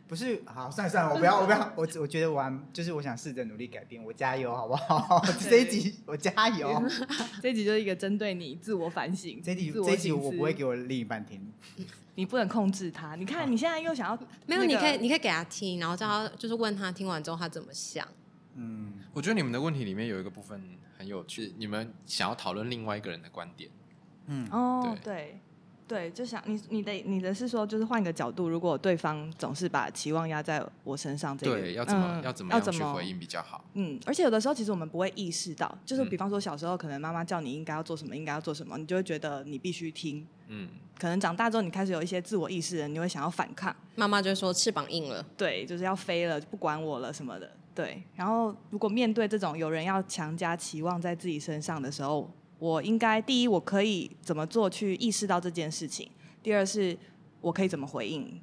Speaker 2: 不是，好，算 了算了，我不要，我不要，我只我觉得我还就是我想试着努力改变，我加油，好不 好？这一集我加油，
Speaker 1: 这一集就是一个针对你自我反省，
Speaker 2: 这一集
Speaker 1: 自我
Speaker 2: 这一集
Speaker 1: 省思
Speaker 2: 我不会给我另一半听，
Speaker 1: 你不能控制他。你看你现在又想要
Speaker 3: 没有？
Speaker 1: 那个
Speaker 3: 你可以，你可以给他听，然后叫他就是问他听完之后他怎么想。
Speaker 2: 嗯，
Speaker 4: 我觉得你们的问题里面有一个部分很有趣，你们想要讨论另外一个人的观点。
Speaker 2: 嗯，
Speaker 1: 哦，对对，就想你你的你的是说，就是换一个角度，如果对方总是把期望压在我身上，这个
Speaker 4: 对，要怎么、
Speaker 1: 嗯
Speaker 4: 要怎么
Speaker 1: 要
Speaker 4: 样
Speaker 1: 怎
Speaker 4: 去
Speaker 1: 么
Speaker 4: 回应比较好？
Speaker 1: 嗯，而且有的时候其实我们不会意识到，就是
Speaker 4: 嗯
Speaker 1: 比方说小时候可能妈妈叫你应该要做什么，应该要做什么，你就会觉得你必须听。
Speaker 4: 嗯，
Speaker 1: 可能长大之后你开始有一些自我意识了，你会想要反抗，
Speaker 3: 妈妈就说翅膀硬了，
Speaker 1: 对，就是要飞了，不管我了什么的。对，然后如果面对这种有人要强加期望在自己身上的时候，我应该第一我可以怎么做去意识到这件事情，第二是我可以怎么回应，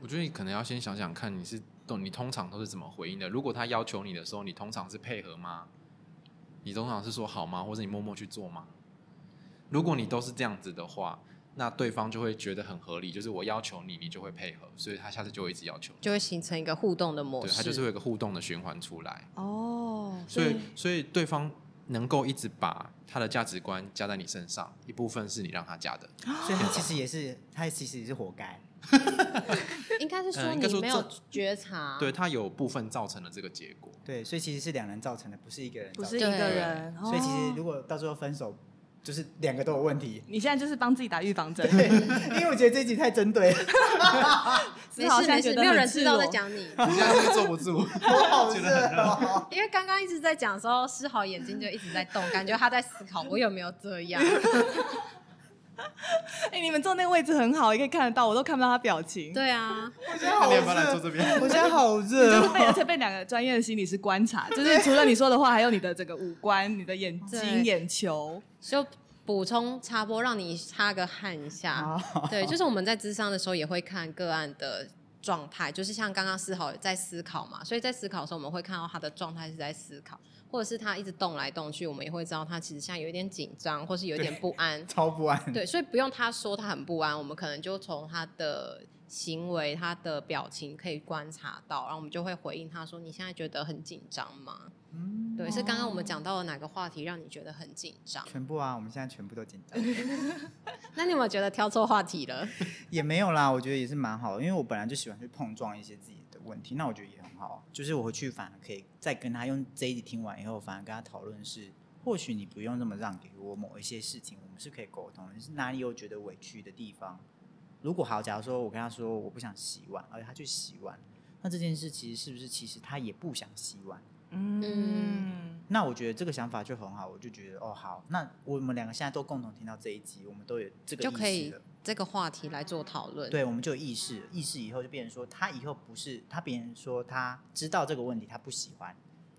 Speaker 4: 我觉得你可能要先想想看，你是通你通常都是怎么回应的？如果他要求你的时候，你通常是配合吗？你通常是说好吗，或者你默默去做吗？如果你都是这样子的话，那对方就会觉得很合理，就是我要求你，你就会配合，所以他下次就会一直要求你，
Speaker 3: 就会形成一个互动的模
Speaker 4: 对
Speaker 3: 式。
Speaker 4: 他就是会有一个互动的循环出来。
Speaker 1: 哦，
Speaker 4: 所以，所以对方能够一直把他的价值观加在你身上，一部分是你让他加的，
Speaker 2: 所以他其实也是，他其实也是活该，
Speaker 3: 应该是说
Speaker 4: 嗯应该
Speaker 3: 你
Speaker 4: 说
Speaker 3: 没有
Speaker 4: 这
Speaker 3: 觉察，
Speaker 4: 对他有部分造成了这个结果。
Speaker 2: 对，所以其实是两人造成的，不是一个人
Speaker 1: 不
Speaker 2: 造
Speaker 1: 是
Speaker 2: 成
Speaker 1: 一
Speaker 2: 的，
Speaker 1: 个
Speaker 3: 对
Speaker 1: 人，
Speaker 2: 所以其实
Speaker 1: 哦，
Speaker 2: 如果到最后分手，就是两个都有问题
Speaker 1: 你现在就是帮自己打预防针，
Speaker 2: 对，因为我觉得这集太针对了，
Speaker 3: 没
Speaker 1: 好
Speaker 3: 事
Speaker 1: 像
Speaker 3: 没
Speaker 1: 觉
Speaker 3: 事，
Speaker 1: 得
Speaker 3: 没有
Speaker 1: 很
Speaker 3: 人
Speaker 1: 赤
Speaker 3: 知道在
Speaker 1: 裸
Speaker 3: 讲你。
Speaker 4: 你现在是坐不住，
Speaker 2: 我好热哦，
Speaker 3: 因为刚刚一直在讲的时候，思豪眼睛就一直在动，感觉他在思考我有没有这 样。
Speaker 1: 哎、你们坐那个位置很好，也可以看得到，我都看不到他表情。，
Speaker 3: 对啊，
Speaker 2: 我现在
Speaker 4: 那
Speaker 2: 好
Speaker 4: 你要不要来坐
Speaker 2: 热，
Speaker 4: 这边？
Speaker 2: 我现在好热
Speaker 1: 就是
Speaker 2: 哦，
Speaker 1: 被而且被两个专业的心理师观察，就是除了你说的话，还有你的整个五官、你的眼睛、
Speaker 3: 对
Speaker 1: 眼球。
Speaker 3: 就补充插播，让你擦个汗一下。
Speaker 2: 好
Speaker 3: 对，就是我们在智商的时候也会看个案的状态，就是像刚刚思豪在思考嘛，所以在思考的时候我们会看到他的状态是在思考，或者是他一直动来动去，我们也会知道他其实像有一点紧张，或是有一点不安。
Speaker 2: 超不安，
Speaker 3: 对，所以不用他说他很不安，我们可能就从他的行为、他的表情可以观察到，然后我们就会回应他说：“你现在觉得很紧张吗？”
Speaker 2: 嗯，
Speaker 3: 对，是刚刚我们讲到的哪个话题让你觉得很紧张？
Speaker 2: 全部啊，我们现在全部都紧张。
Speaker 3: 那你有没有觉得挑错话题了？
Speaker 2: 也没有啦，我觉得也是蛮好的，因为我本来就喜欢去碰撞一些自己的问题，那我觉得也很好。就是我回去反而可以再跟他用这一集听完以后，反而跟他讨论是，或许你不用这么让给我某一些事情，我们是可以沟通的，你是哪里有觉得委屈的地方？如果好，假如说我跟他说我不想洗碗，而他去洗碗，那这件事其实是不是其实他也不想洗碗？
Speaker 1: 嗯，
Speaker 2: 那我觉得这个想法就很好，我就觉得哦好，那我们两个现在都共同听到这一集，我们都有这个
Speaker 3: 就
Speaker 2: 意
Speaker 3: 可以
Speaker 2: 识了。
Speaker 3: 这个话题来做讨论。，
Speaker 2: 对，我们就有意识，意识以后就变成说，他以后不是他，别人说他知道这个问题，他不喜欢，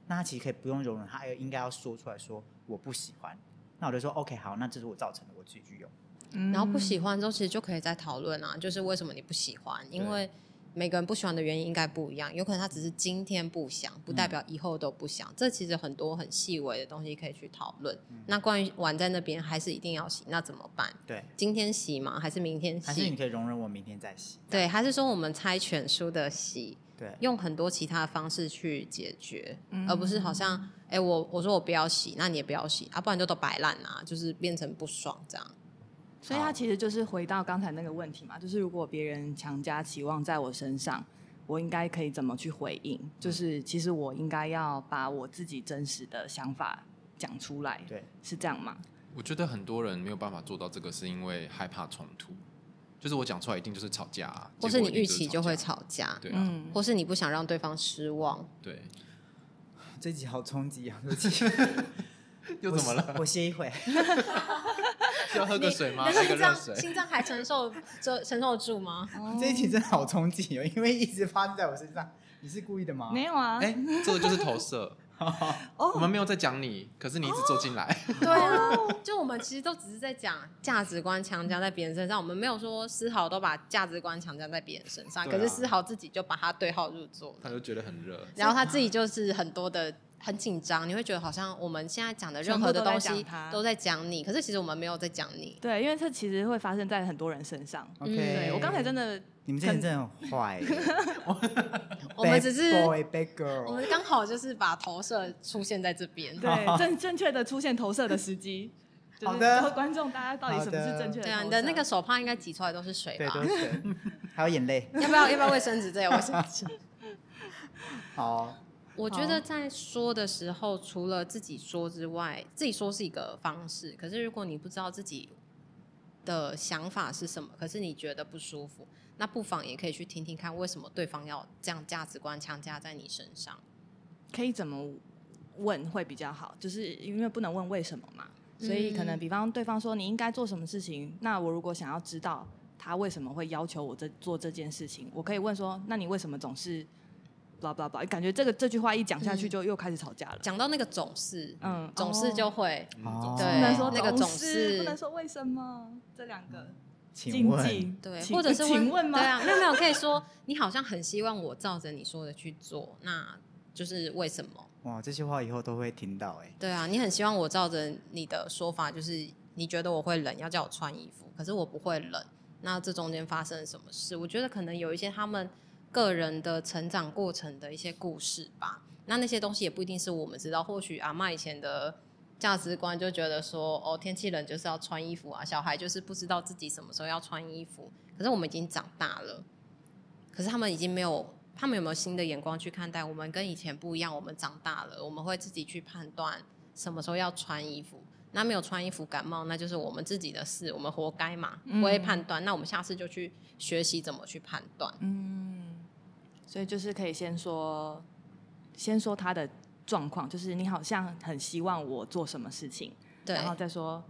Speaker 2: 那他其实可以不用容忍，他应该要说出来说我不喜欢。那我就说 OK，好，那这是我造成的，我自己去用。
Speaker 1: 嗯
Speaker 3: 然后不喜欢之后，其实就可以再讨论啊，就是为什么你不喜欢？因为每个人不喜欢的原因应该不一样，有可能他只是今天不想，不代表以后都不想。这其实很多很细微的东西可以去讨论。那关于碗在那边还是一定要洗，那怎么办？
Speaker 2: 对，
Speaker 3: 今天洗吗？还是明天
Speaker 2: 还是你
Speaker 3: 洗？
Speaker 2: 可以容忍我明天再洗。
Speaker 3: 对，还是说我们猜拳输的洗？
Speaker 2: 对，
Speaker 3: 用很多其他的方式去解决，
Speaker 1: 嗯
Speaker 3: 而不是好像，哎、我我说我不要洗，那你也不要洗啊，不然就都摆烂啊，就是变成不爽这样。
Speaker 1: 所以他其实就是回到刚才那个问题嘛，就是如果别人强加期望在我身上，我应该可以怎么去回应？就是其实我应该要把我自己真实的想法讲出来，
Speaker 2: 对，
Speaker 1: 是这样吗？
Speaker 4: 我觉得很多人没有办法做到这个，是因为害怕冲突。就是我讲出来一定就是吵架、啊，
Speaker 3: 或
Speaker 4: 结
Speaker 3: 是
Speaker 4: 果
Speaker 3: 你
Speaker 4: 一定
Speaker 3: 预
Speaker 4: 是
Speaker 3: 期就会
Speaker 4: 吵
Speaker 3: 吵架
Speaker 4: 架。，对啊，
Speaker 1: 嗯，
Speaker 3: 或是你不想让对方失望，
Speaker 4: 对，
Speaker 2: 这集好冲击啊！对不 起
Speaker 4: 又怎么了？
Speaker 2: 我歇一会。
Speaker 4: 要喝个水吗？
Speaker 3: 你
Speaker 4: 来个
Speaker 3: 心
Speaker 4: 热
Speaker 3: 脏
Speaker 4: 水。
Speaker 3: 心脏还承 受这承受得住吗？
Speaker 2: 这一集真的好冲击哦，因为一直发生在我身上。你是故意的吗？
Speaker 1: 没有啊，
Speaker 4: 哎哎、这个就是投射，
Speaker 1: 哦，
Speaker 4: 我们没有在讲你，可是你一直坐进来。
Speaker 3: 对啊，就我们其实都只是在讲价值观强加在别人身上，我们没有说丝毫都把价值观强加在别人身上，
Speaker 4: 对啊
Speaker 3: 可是丝毫自己就把它对号入座
Speaker 4: 他
Speaker 3: 了，
Speaker 4: 就觉得很热，
Speaker 3: 然后他自己就是很多的。很紧张，你会觉得好像我们现在讲的任何的东
Speaker 1: 全部都在
Speaker 3: 西
Speaker 1: 讲他
Speaker 3: 都在讲你，可是其实我们没有在讲你。
Speaker 1: 对，因为这其实会发生在很多人身上。
Speaker 3: 嗯
Speaker 2: OK，
Speaker 1: 对我刚才真
Speaker 2: 的，
Speaker 1: 的
Speaker 2: 你们这人真的很坏耶，
Speaker 3: 我们只是
Speaker 2: Bad boy bad
Speaker 3: 我
Speaker 2: girl，
Speaker 3: 们刚好就是把投射出现在这边。
Speaker 1: 对正正确的出现投射的时机，就
Speaker 2: 好
Speaker 1: 是
Speaker 2: 的
Speaker 1: 教观众大家到底什么是正确的投射。
Speaker 3: 对啊，你的那个手帕应该挤出来都是水
Speaker 2: 对，
Speaker 3: 吧
Speaker 2: 都？是，还有眼泪。
Speaker 3: 要不要要不要卫生纸？这有卫生纸。
Speaker 2: 好，
Speaker 3: 我觉得在说的时候，除了自己说之外，自己说是一个方式。可是如果你不知道自己的想法是什么，可是你觉得不舒服，那不妨也可以去听听看，为什么对方要这样价值观强加在你身上。
Speaker 1: 可以怎么问会比较好？就是因为不能问为什么嘛，
Speaker 3: 嗯
Speaker 1: 所以可能比方对方说你应该做什么事情，那我如果想要知道他为什么会要求我这做这件事情，我可以问说，那你为什么总是 blah blah blah？感觉这个这句话一讲下去
Speaker 3: 嗯
Speaker 1: 就又开始吵架了。
Speaker 3: 讲到那个总是，
Speaker 1: 嗯，
Speaker 3: 总是就会。
Speaker 4: 嗯
Speaker 2: 哦
Speaker 4: 总
Speaker 1: 不
Speaker 4: 之
Speaker 3: 对
Speaker 1: 能说
Speaker 3: 那个
Speaker 1: 总
Speaker 3: 总是
Speaker 1: 不能说为什么这两个
Speaker 2: 请
Speaker 1: 禁
Speaker 2: 问
Speaker 1: 忌，
Speaker 3: 对，
Speaker 1: 请
Speaker 3: 或者是
Speaker 1: 请问吗？
Speaker 3: 对啊，没有没有，可以说你好像很希望我照着你说的去做，那就是为什么？
Speaker 2: 哇，这些话以后都会听到哎。
Speaker 3: 对啊，你很希望我照着你的说法，就是你觉得我会冷，要叫我穿衣服，可是我不会冷。那这中间发生了什么事？我觉得可能有一些他们个人的成长过程的一些故事吧。那那些东西也不一定是我们知道，或许阿嬷以前的价值观就觉得说，哦，天气冷就是要穿衣服啊，小孩就是不知道自己什么时候要穿衣服。可是我们已经长大了，可是他们已经没有，他们有没有新的眼光去看待我们？跟以前不一样，我们长大了，我们会自己去判断什么时候要穿衣服。那没有穿衣服感冒，那就是我们自己的事，我们活该嘛，
Speaker 1: 嗯
Speaker 3: 不会判断。那我们下次就去学习怎么去判断。
Speaker 1: 嗯，所以就是可以先说，先说他的状况，就是你好像很希望我做什么事情，
Speaker 3: 对，
Speaker 1: 然后再说，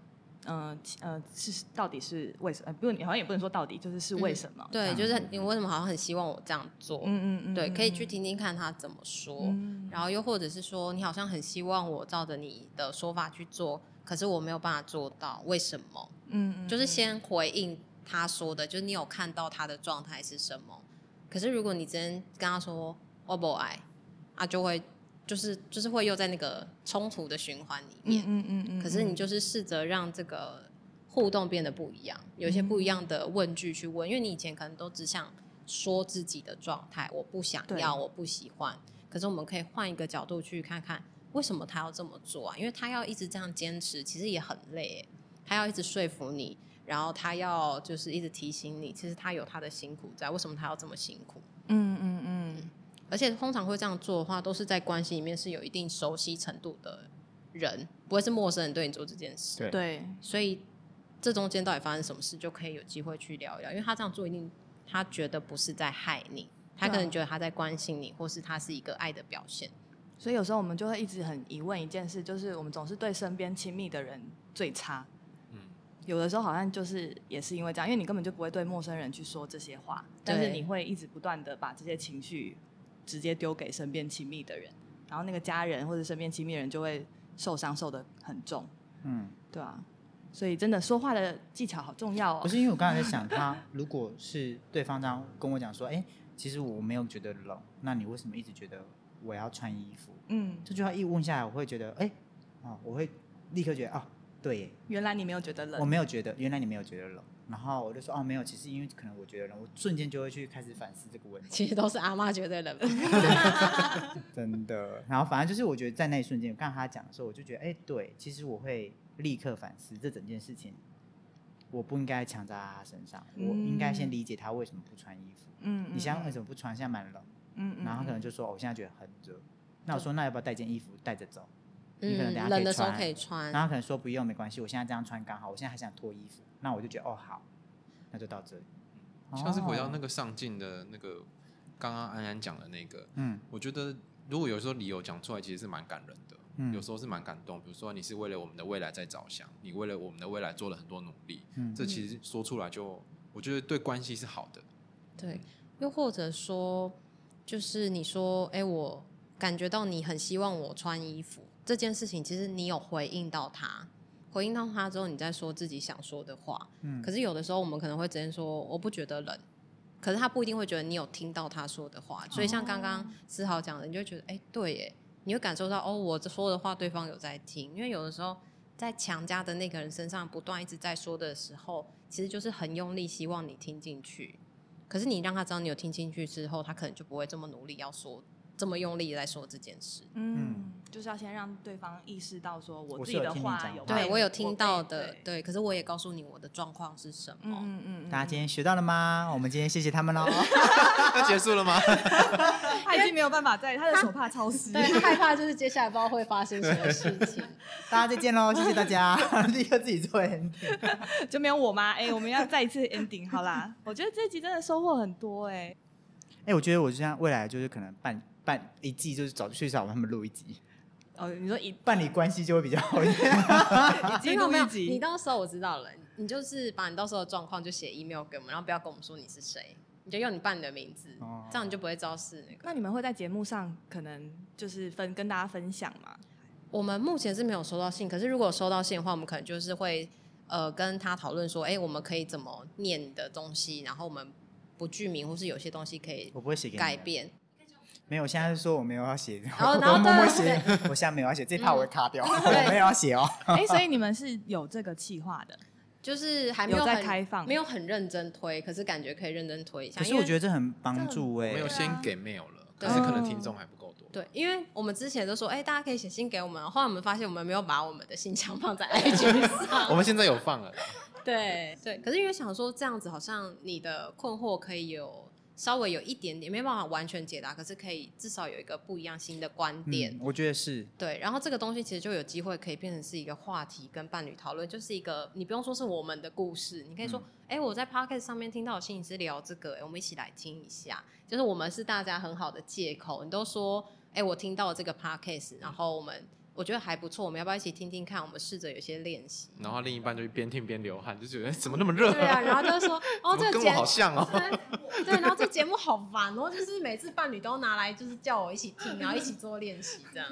Speaker 1: 嗯、呃，是到底是为什么？呃不，你好像也不能说到底，就是是为什么？
Speaker 3: 对，
Speaker 2: 嗯
Speaker 3: 就是很你为什么好像很希望我这样做？
Speaker 1: 嗯嗯嗯，
Speaker 3: 对，
Speaker 1: 嗯
Speaker 3: 可以去，听听看他怎么说。
Speaker 1: 嗯
Speaker 3: 然后又或者是说，你好像很希望我照着你的说法去做，可是我没有办法做到，为什么？
Speaker 1: 嗯嗯
Speaker 3: 就是先回应他说的，就是你有看到他的状态是什么。可是如果你今天跟他说我不爱，啊，就会就是就是会又在那个冲突的循环里
Speaker 1: 嗯
Speaker 3: 面。
Speaker 1: 嗯嗯嗯，
Speaker 3: 可是你
Speaker 1: 就
Speaker 3: 就是试着让这个互动变得不一样，有一些不一
Speaker 1: 嗯
Speaker 3: 样的问句去问，因为你以前可能都只想说自己的状态，我不想
Speaker 1: 对
Speaker 3: 要，我不喜欢。可是我们可以换一个角度去看看，为什么他要这么做啊？因为他要一直这样坚持，其实也很累耶，他要一直说服你，然后他要就是一直提醒你，其实他有他的辛苦在，为什么他要这么辛苦？
Speaker 1: 嗯嗯嗯
Speaker 3: 而且通常会这样做的话，都是在关系里面是有一定熟悉程度的人，不会是陌生人对你做这件事。
Speaker 2: 对
Speaker 1: 对，
Speaker 3: 所以这中间到底发生什么事，就可以有机会去聊一聊。因为他这样做，一定他觉得不是在害你，他
Speaker 1: 对啊
Speaker 3: 可能觉得他在关心你，或是他是一个爱的表现。
Speaker 1: 所以有时候我们就会一直很疑问一件事，就是我们总是对身边亲密的人最差。
Speaker 4: 嗯，
Speaker 1: 有的时候好像就是也是因为这样，因为你根本就不会对陌生人去说这些话，但是
Speaker 3: 对
Speaker 1: 你会一直不断的把这些情绪直接丢给身边亲密的人，然后那个家人或者身边亲密的人就会受伤受的很重，
Speaker 2: 嗯，
Speaker 1: 对啊，所以真的说话的技巧好重要
Speaker 2: 不
Speaker 1: 哦。
Speaker 2: 是因为我刚才在想，他如果是对方这样跟我讲说，哎，其实我没有觉得冷，那你为什么一直觉得我要穿衣服？
Speaker 1: 嗯，
Speaker 2: 这句话一问下来，我会觉得，哎，哦，我会立刻觉得，哦，对耶，
Speaker 1: 原来你没有觉得冷
Speaker 2: 我，没有觉得，原来你没有觉得冷。然后我就说，哦，没有，其实因为可能我觉得冷，我瞬间就会去开始反思这个问题。
Speaker 3: 其实都是阿妈觉得冷，
Speaker 2: 真的。然后反正就是，我觉得在那一瞬间，刚才他讲的时候，我就觉得，哎、对，其实我会立刻反思这整件事情，我不应该强加在他身上，我应该先
Speaker 1: 嗯
Speaker 2: 理解他为什么不穿衣服。
Speaker 1: 嗯
Speaker 2: 你现在为什么不穿？现在蛮冷，
Speaker 1: 嗯嗯
Speaker 2: 然后他可能就说，哦我现在觉得很热。那我说，那要不要带件衣服带着走？你可能等下可以
Speaker 3: 嗯，冷的时候
Speaker 2: 穿啊
Speaker 3: 可以穿
Speaker 2: 然后。他可能说不用，没关系，我现在这样穿刚好。我现在还想脱衣服，那我就觉得，哦，好，那就到这里。
Speaker 4: 像是回到那
Speaker 2: 哦，
Speaker 4: 个上进的那个，刚刚安安讲的那个，
Speaker 2: 嗯
Speaker 4: 我觉得如果有时候理由讲出来，其实是蛮感人的，
Speaker 2: 嗯
Speaker 4: 有时候是蛮感动。比如说你是为了我们的未来在着想，你为了我们的未来做了很多努力，
Speaker 2: 嗯，
Speaker 4: 这其实说出来就，我觉得对关系是好的。
Speaker 3: 对，又或者说，就是你说，哎、我感觉到你很希望我穿衣服这件事情，其实你有回应到他，回应到他之后，你再说自己想说的话。
Speaker 2: 嗯
Speaker 3: 可是有的时候我们可能会直接说我不觉得冷，可是他不一定会觉得你有听到他说的话。所以像刚刚思豪讲的，你就觉得哎、对耶，你会感受到哦，我说的话对方有在听。因为有的时候在强加的那个人身上不断一直在说的时候，其实就是很用力希望你听进去。可是你让他知道你有听进去之后，他可能就不会这么努力要说，这么用力来说这件事。
Speaker 1: 嗯，就是要先让对方意识到说我
Speaker 2: 我
Speaker 1: 自
Speaker 2: 是
Speaker 1: 己
Speaker 2: 有
Speaker 1: 的
Speaker 2: 听你
Speaker 1: 话
Speaker 2: 讲话
Speaker 1: 被
Speaker 3: 对我有听到
Speaker 1: 被
Speaker 3: 的
Speaker 1: 对，
Speaker 3: 对，可是我也告诉你我的状况是什么。
Speaker 1: 嗯嗯嗯，
Speaker 2: 大家今天学到了吗？我们今天谢谢他们喽。
Speaker 4: 那结束了吗？
Speaker 1: 他已经没有办法在他的手怕潮湿，
Speaker 3: 对，害怕就是接下来不知道会发生什么事 情。
Speaker 2: 大家再见 喽，谢谢大家。立刻自己做 ending。
Speaker 1: 就没有我吗？哎、 我们要再一次 ending 好啦。我觉得这集真的收获很多哎、
Speaker 2: 哎、我觉得我就像未来就是可能半半一季，就是找去找他们录一集，
Speaker 1: 哦，你说一
Speaker 2: 办理关系就会比较好一点。
Speaker 1: 一
Speaker 3: 没
Speaker 1: 季
Speaker 3: 有
Speaker 1: 录
Speaker 3: 没有
Speaker 1: 一，
Speaker 3: 你
Speaker 1: 集，
Speaker 3: 到时候我知道了，你就是把你到时候的状况就写 email 给我们，然后不要跟我们说你是谁，你就用你爸你的名字，
Speaker 2: 哦
Speaker 3: 这样你就不会招事那个。
Speaker 1: 那你们会在节目上可能就是分跟大家分享嘛？
Speaker 3: 我们目前是没有收到信，可是如果收到信的话，我们可能就是会呃跟他讨论说，哎、我们可以怎么念你的东西，然后我们不具名，或是有些东西可以
Speaker 2: 我不会写给你
Speaker 3: 改
Speaker 2: 们，
Speaker 3: 变。
Speaker 2: 没有，我现在是说我没有要写，
Speaker 3: 后
Speaker 2: 我
Speaker 3: 然后
Speaker 2: 默 默
Speaker 3: 对
Speaker 2: 写
Speaker 3: 对，
Speaker 2: 我现在没有要写，这一趴我会卡掉，
Speaker 3: 对
Speaker 2: 我没有要写哦。
Speaker 1: 哎、所以你们是有这个计划的，
Speaker 3: 就是还没有
Speaker 1: 有在
Speaker 3: 很
Speaker 1: 开放
Speaker 3: 没有很认真推，可是感觉可以认真推一下。
Speaker 2: 可是
Speaker 3: 因为
Speaker 2: 我觉得这很
Speaker 1: 这
Speaker 2: 帮
Speaker 1: 很
Speaker 2: 助哎、
Speaker 4: 我们有先给 mail 了，可是
Speaker 3: 对啊
Speaker 4: 可能听众还不够多。
Speaker 3: 对，因为我们之前都说，哎、大家可以写信给我们，后来我们发现我们没有把我们的信箱放在 IG
Speaker 4: 我
Speaker 3: 上。
Speaker 4: 们现在有放了啦，
Speaker 3: 对对，可是因为想说这样子，好像你的困惑可以有稍微有一点点，没办法完全解答，可是可以至少有一个不一样新的观点。
Speaker 2: 嗯，我觉得是，
Speaker 3: 对，然后这个东西其实就有机会可以变成是一个话题，跟伴侣讨论，就是一个你不用说是我们的故事，你可以
Speaker 2: 嗯
Speaker 3: 说，哎、我在 podcast 上面听到有心理师聊这个、诶我们一起来听一下。就是我们是大家很好的借口，你都说，哎、我听到了这个 podcast，然后我们我觉得还不错，我们要不要一起听听看？我们试着有些练 习。
Speaker 4: 然后另一半就边听边流汗，就觉得哎怎么那么热
Speaker 3: 对啊，然后就说，哦，这
Speaker 4: 怎
Speaker 3: 个
Speaker 4: 么跟
Speaker 3: 节
Speaker 4: 我好像哦。
Speaker 3: 对对，然后这节目好烦哦，就是每次伴侣都拿来就是叫我一起听，然后一起做练习这样。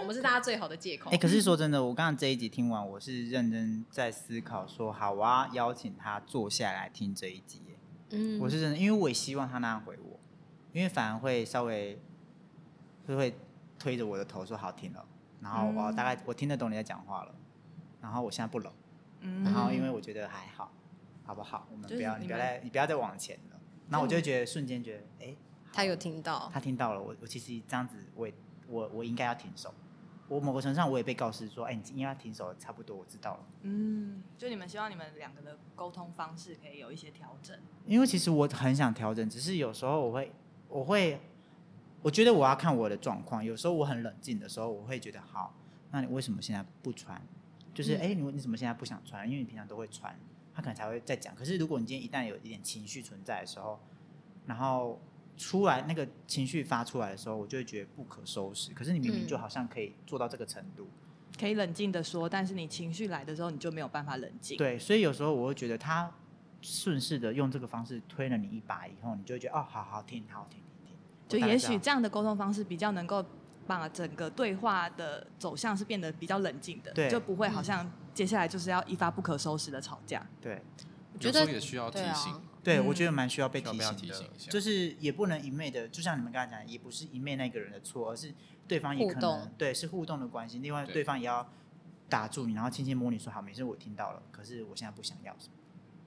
Speaker 3: 我们是大家最好的借口。
Speaker 2: 哎、可是说真的，我刚刚这一集听完，我是认真在思考说，好啊，邀请他坐下来听这一集欸耶、
Speaker 3: 嗯
Speaker 2: 我是真的，因为我也希望他那样回我，因为反而会稍微就会推着我的头说好听了，然后我
Speaker 1: 嗯
Speaker 2: 大概我听得懂你在讲话了，然后我现在不冷，
Speaker 1: 嗯，
Speaker 2: 然后因为我觉得还好，好不好？我们
Speaker 1: 就是
Speaker 2: 不要
Speaker 1: 你
Speaker 2: 你不要
Speaker 1: 们
Speaker 2: 再你不要再往前了，然后我就会觉得瞬间觉得哎、
Speaker 3: 他有听到，
Speaker 2: 他听到了，我我其实这样子我也我我应该要停手，我某个程度上我也被告知说哎、你应该要停手了，差不多我知道了。
Speaker 1: 嗯，就你们希望你们两个的沟通方式可以有一些调整，
Speaker 2: 因为其实我很想调整，只是有时候我会，我会，我觉得我要看我的状况。有时候我很冷静的时候，我会觉得好，那你为什么现在不穿？就是
Speaker 3: 嗯
Speaker 2: 哎、诶你你怎么现在不想穿？因为你平常都会穿，他可能才会再讲。可是如果你今天一旦有一点情绪存在的时候，然后出来那个情绪发出来的时候，我就会觉得不可收拾。可是你明明就
Speaker 3: 嗯
Speaker 2: 好像可以做到这个程度，
Speaker 1: 可以冷静的说，但是你情绪来的时候，你就没有办法冷静。
Speaker 2: 对，所以有时候我会觉得他顺势的用这个方式推了你一把以后，你就会觉得哦，好好听，好听，听听。
Speaker 1: 就
Speaker 2: 我大概
Speaker 1: 也
Speaker 2: 知
Speaker 1: 许
Speaker 2: 道
Speaker 1: 这样的沟通方式比较能够把整个对话的走向是变得比较冷静的，
Speaker 2: 对
Speaker 1: 就不会
Speaker 3: 嗯
Speaker 1: 好像接下来就是要一发不可收拾的吵架。
Speaker 2: 对
Speaker 3: 我觉
Speaker 4: 有时候
Speaker 3: 得
Speaker 4: 也需要提
Speaker 3: 对啊
Speaker 4: 醒，
Speaker 2: 对，
Speaker 1: 嗯
Speaker 2: 我觉得蛮需要被
Speaker 4: 需要
Speaker 2: 提
Speaker 4: 被他
Speaker 2: 醒
Speaker 4: 提
Speaker 2: 的，
Speaker 4: 醒一下
Speaker 2: 就是也不能一昧的，就像你们刚才讲，也不是一昧那个人的错，而是对方也
Speaker 3: 互
Speaker 2: 可
Speaker 3: 动
Speaker 2: 能对是互动的关系，另外
Speaker 4: 对
Speaker 2: 对方也要打住你，然后轻轻摸你说好，没事，我听到了，可是我现在不想要什么。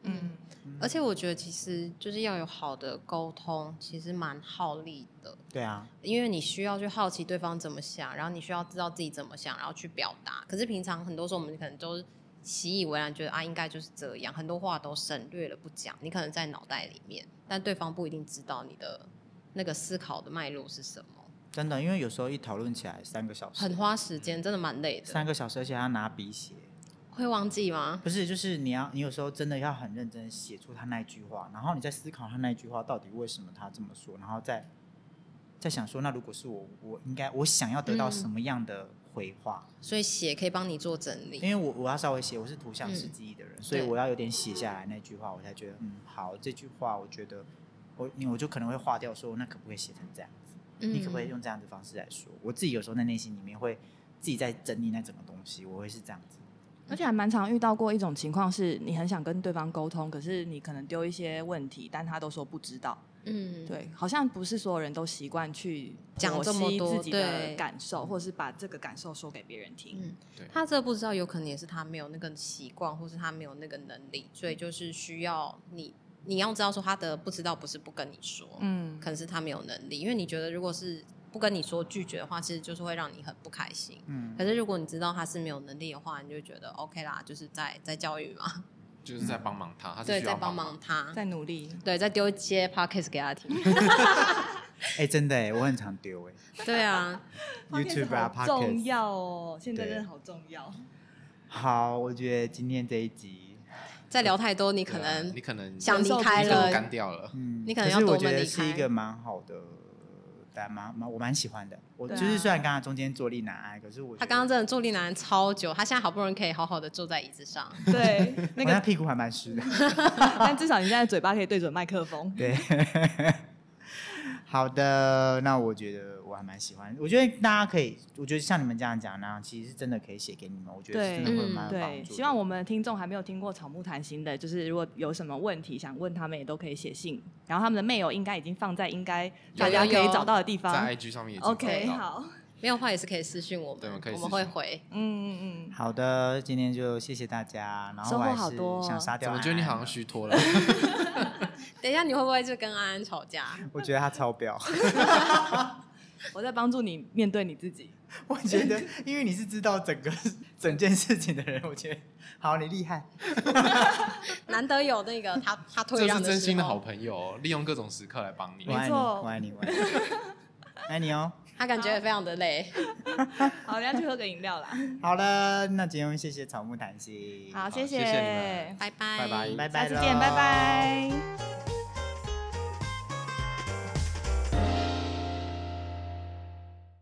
Speaker 3: 嗯，
Speaker 1: 嗯，
Speaker 3: 而且我觉得其实就是要有好的沟通，其实蛮耗力的，
Speaker 2: 对啊，
Speaker 3: 因为你需要去好奇对方怎么想，然后你需要知道自己怎么想，然后去表达。可是平常很多时候我们可能都习以为然，觉得啊应该就是这样，很多话都省略了不讲，你可能在脑袋里面，但对方不一定知道你的那个思考的脉络是什么，
Speaker 2: 真的，因为有时候一讨论起来三个小时，
Speaker 3: 很花时间，真的蛮累的。
Speaker 2: 三个小时，而且还要拿笔写。
Speaker 3: 会忘记吗？
Speaker 2: 不是，就是你要，你有时候真的要很认真地写出他那一句话，然后你再思考他那一句话到底为什么他这么说，然后再再想说，那如果是我，我应该我想要得到
Speaker 3: 嗯
Speaker 2: 什么样的回话？
Speaker 3: 所以写可以帮你做整理。
Speaker 2: 因为我我要稍微写，我是图像式
Speaker 3: 嗯
Speaker 2: 记忆的人，所以
Speaker 3: 对
Speaker 2: 我要有点写下来那句话，我才觉得嗯好，这句话我觉得我你我就可能会划掉说，那可不可以写成这样子？你可不可以用这样的方式来说？我自己有时候在内心里面会自己在整理那整个东西，我会是这样子。
Speaker 1: 而且还蛮常遇到过一种情况是，你很想跟对方沟通，可是你可能丢一些问题，但他都说不知道。
Speaker 3: 嗯，
Speaker 1: 对，好像不是所有人都习惯去
Speaker 3: 讲这么
Speaker 1: 剖析
Speaker 3: 多
Speaker 1: 自己的
Speaker 3: 对
Speaker 1: 感受，或者是把这个感受说给别人听。
Speaker 3: 嗯他这不知道，有可能也是他没有那个习惯，或是他没有那个能力，所以就是需要你，你要知道说他的不知道不是不跟你说，
Speaker 1: 嗯
Speaker 3: 可能是他没有能力，因为你觉得如果是不跟你说拒绝的话，其实就是会让你很不开心。
Speaker 2: 嗯
Speaker 3: 可，是如果你知道他是没有能力的话，你就觉得 OK 啦，就是在在教育嘛，
Speaker 4: 就是在帮忙他，他是
Speaker 3: 对，
Speaker 4: 需
Speaker 3: 在
Speaker 4: 要
Speaker 3: 帮
Speaker 4: 忙
Speaker 3: 忙。他，
Speaker 1: 在努力，
Speaker 3: 对，再丢一些 podcast 给他听。
Speaker 2: 哎、真的哎、我很常丢哎、
Speaker 3: 对啊，
Speaker 2: YouTube 啊
Speaker 1: 好重
Speaker 2: Podcast
Speaker 1: 要哦，现在
Speaker 2: 对
Speaker 1: 真的好重要。
Speaker 2: 好，我觉得今天这一集，
Speaker 3: 再聊太多，你
Speaker 4: 对
Speaker 3: 可
Speaker 4: 啊
Speaker 3: 能
Speaker 4: 你可能
Speaker 3: 想离
Speaker 4: 你
Speaker 3: 开
Speaker 4: 可能
Speaker 3: 了
Speaker 4: 干，掉了，
Speaker 2: 嗯，
Speaker 3: 你可能要
Speaker 2: 是
Speaker 3: 多
Speaker 2: 我觉
Speaker 3: 么
Speaker 2: 得
Speaker 3: 离
Speaker 2: 是一
Speaker 3: 开
Speaker 2: 个蛮好的，但蛮蛮我蛮喜欢的。我
Speaker 1: 对
Speaker 2: 就
Speaker 1: 啊
Speaker 2: 是虽然刚刚中间坐立难安，可是我
Speaker 3: 他
Speaker 2: 觉
Speaker 3: 刚刚
Speaker 2: 得
Speaker 3: 真的坐立难安超久，他现在好不容易可以好好的坐在椅子上。
Speaker 1: 对，那
Speaker 2: 我那
Speaker 1: 个，
Speaker 2: 屁股还蛮湿的。
Speaker 1: 但至少你现在嘴巴可以对准麦克风。
Speaker 2: 对， 好的，那我觉得我还蛮喜欢。我觉得大家可以，我觉得像你们这样讲那样，其实是真的可以写给你们，我觉得是
Speaker 1: 对
Speaker 2: 真的会
Speaker 3: 嗯
Speaker 2: 蛮有帮
Speaker 1: 对，
Speaker 2: 助的。
Speaker 1: 希望我们听众还没有听过草木谈心的，就是如果有什么问题想问他们，也都可以写信。然后他们的 mail 应该已经放在应该大家可以找到的地方。
Speaker 4: 在 IG 上面已经
Speaker 1: OK，
Speaker 4: 找到了，
Speaker 1: 好，
Speaker 3: 没有话也是可以私讯我们，
Speaker 4: 对我们可以私讯
Speaker 3: 会回。
Speaker 1: 嗯嗯
Speaker 2: 好的，今天就谢谢大家。然后
Speaker 1: 收
Speaker 2: 我
Speaker 1: 获
Speaker 2: 还
Speaker 1: 好
Speaker 2: 是
Speaker 1: 多
Speaker 2: 想
Speaker 1: 哦
Speaker 2: 杀
Speaker 4: 怎
Speaker 2: 掉
Speaker 4: 么
Speaker 2: 安安的。
Speaker 4: 觉得你好像虚脱了？
Speaker 3: 等一下你会不会就跟安安吵 架？
Speaker 2: 我觉得他超标。
Speaker 1: 嗯，我在帮助你面对你自己。
Speaker 2: 我觉得，因为你是知道整个 整件事情的人，我觉得好，你厉害。
Speaker 3: 难得有那个他他 退
Speaker 4: 这
Speaker 3: 让
Speaker 4: 是
Speaker 3: 的时候
Speaker 4: 真心的好，朋友哦，利用各种时刻来帮你
Speaker 2: 我。爱你，
Speaker 1: 错
Speaker 2: 我爱你，我爱你，爱你 哦。
Speaker 3: 他感觉也非常的累。
Speaker 1: 好，人家去喝个饮料啦。
Speaker 2: 好了，那今天谢谢草木谈心，
Speaker 1: 好，谢
Speaker 4: 谢谢你们
Speaker 3: 拜拜
Speaker 4: 拜拜
Speaker 2: 拜拜
Speaker 1: 下
Speaker 2: 咯，
Speaker 1: 次见，拜拜。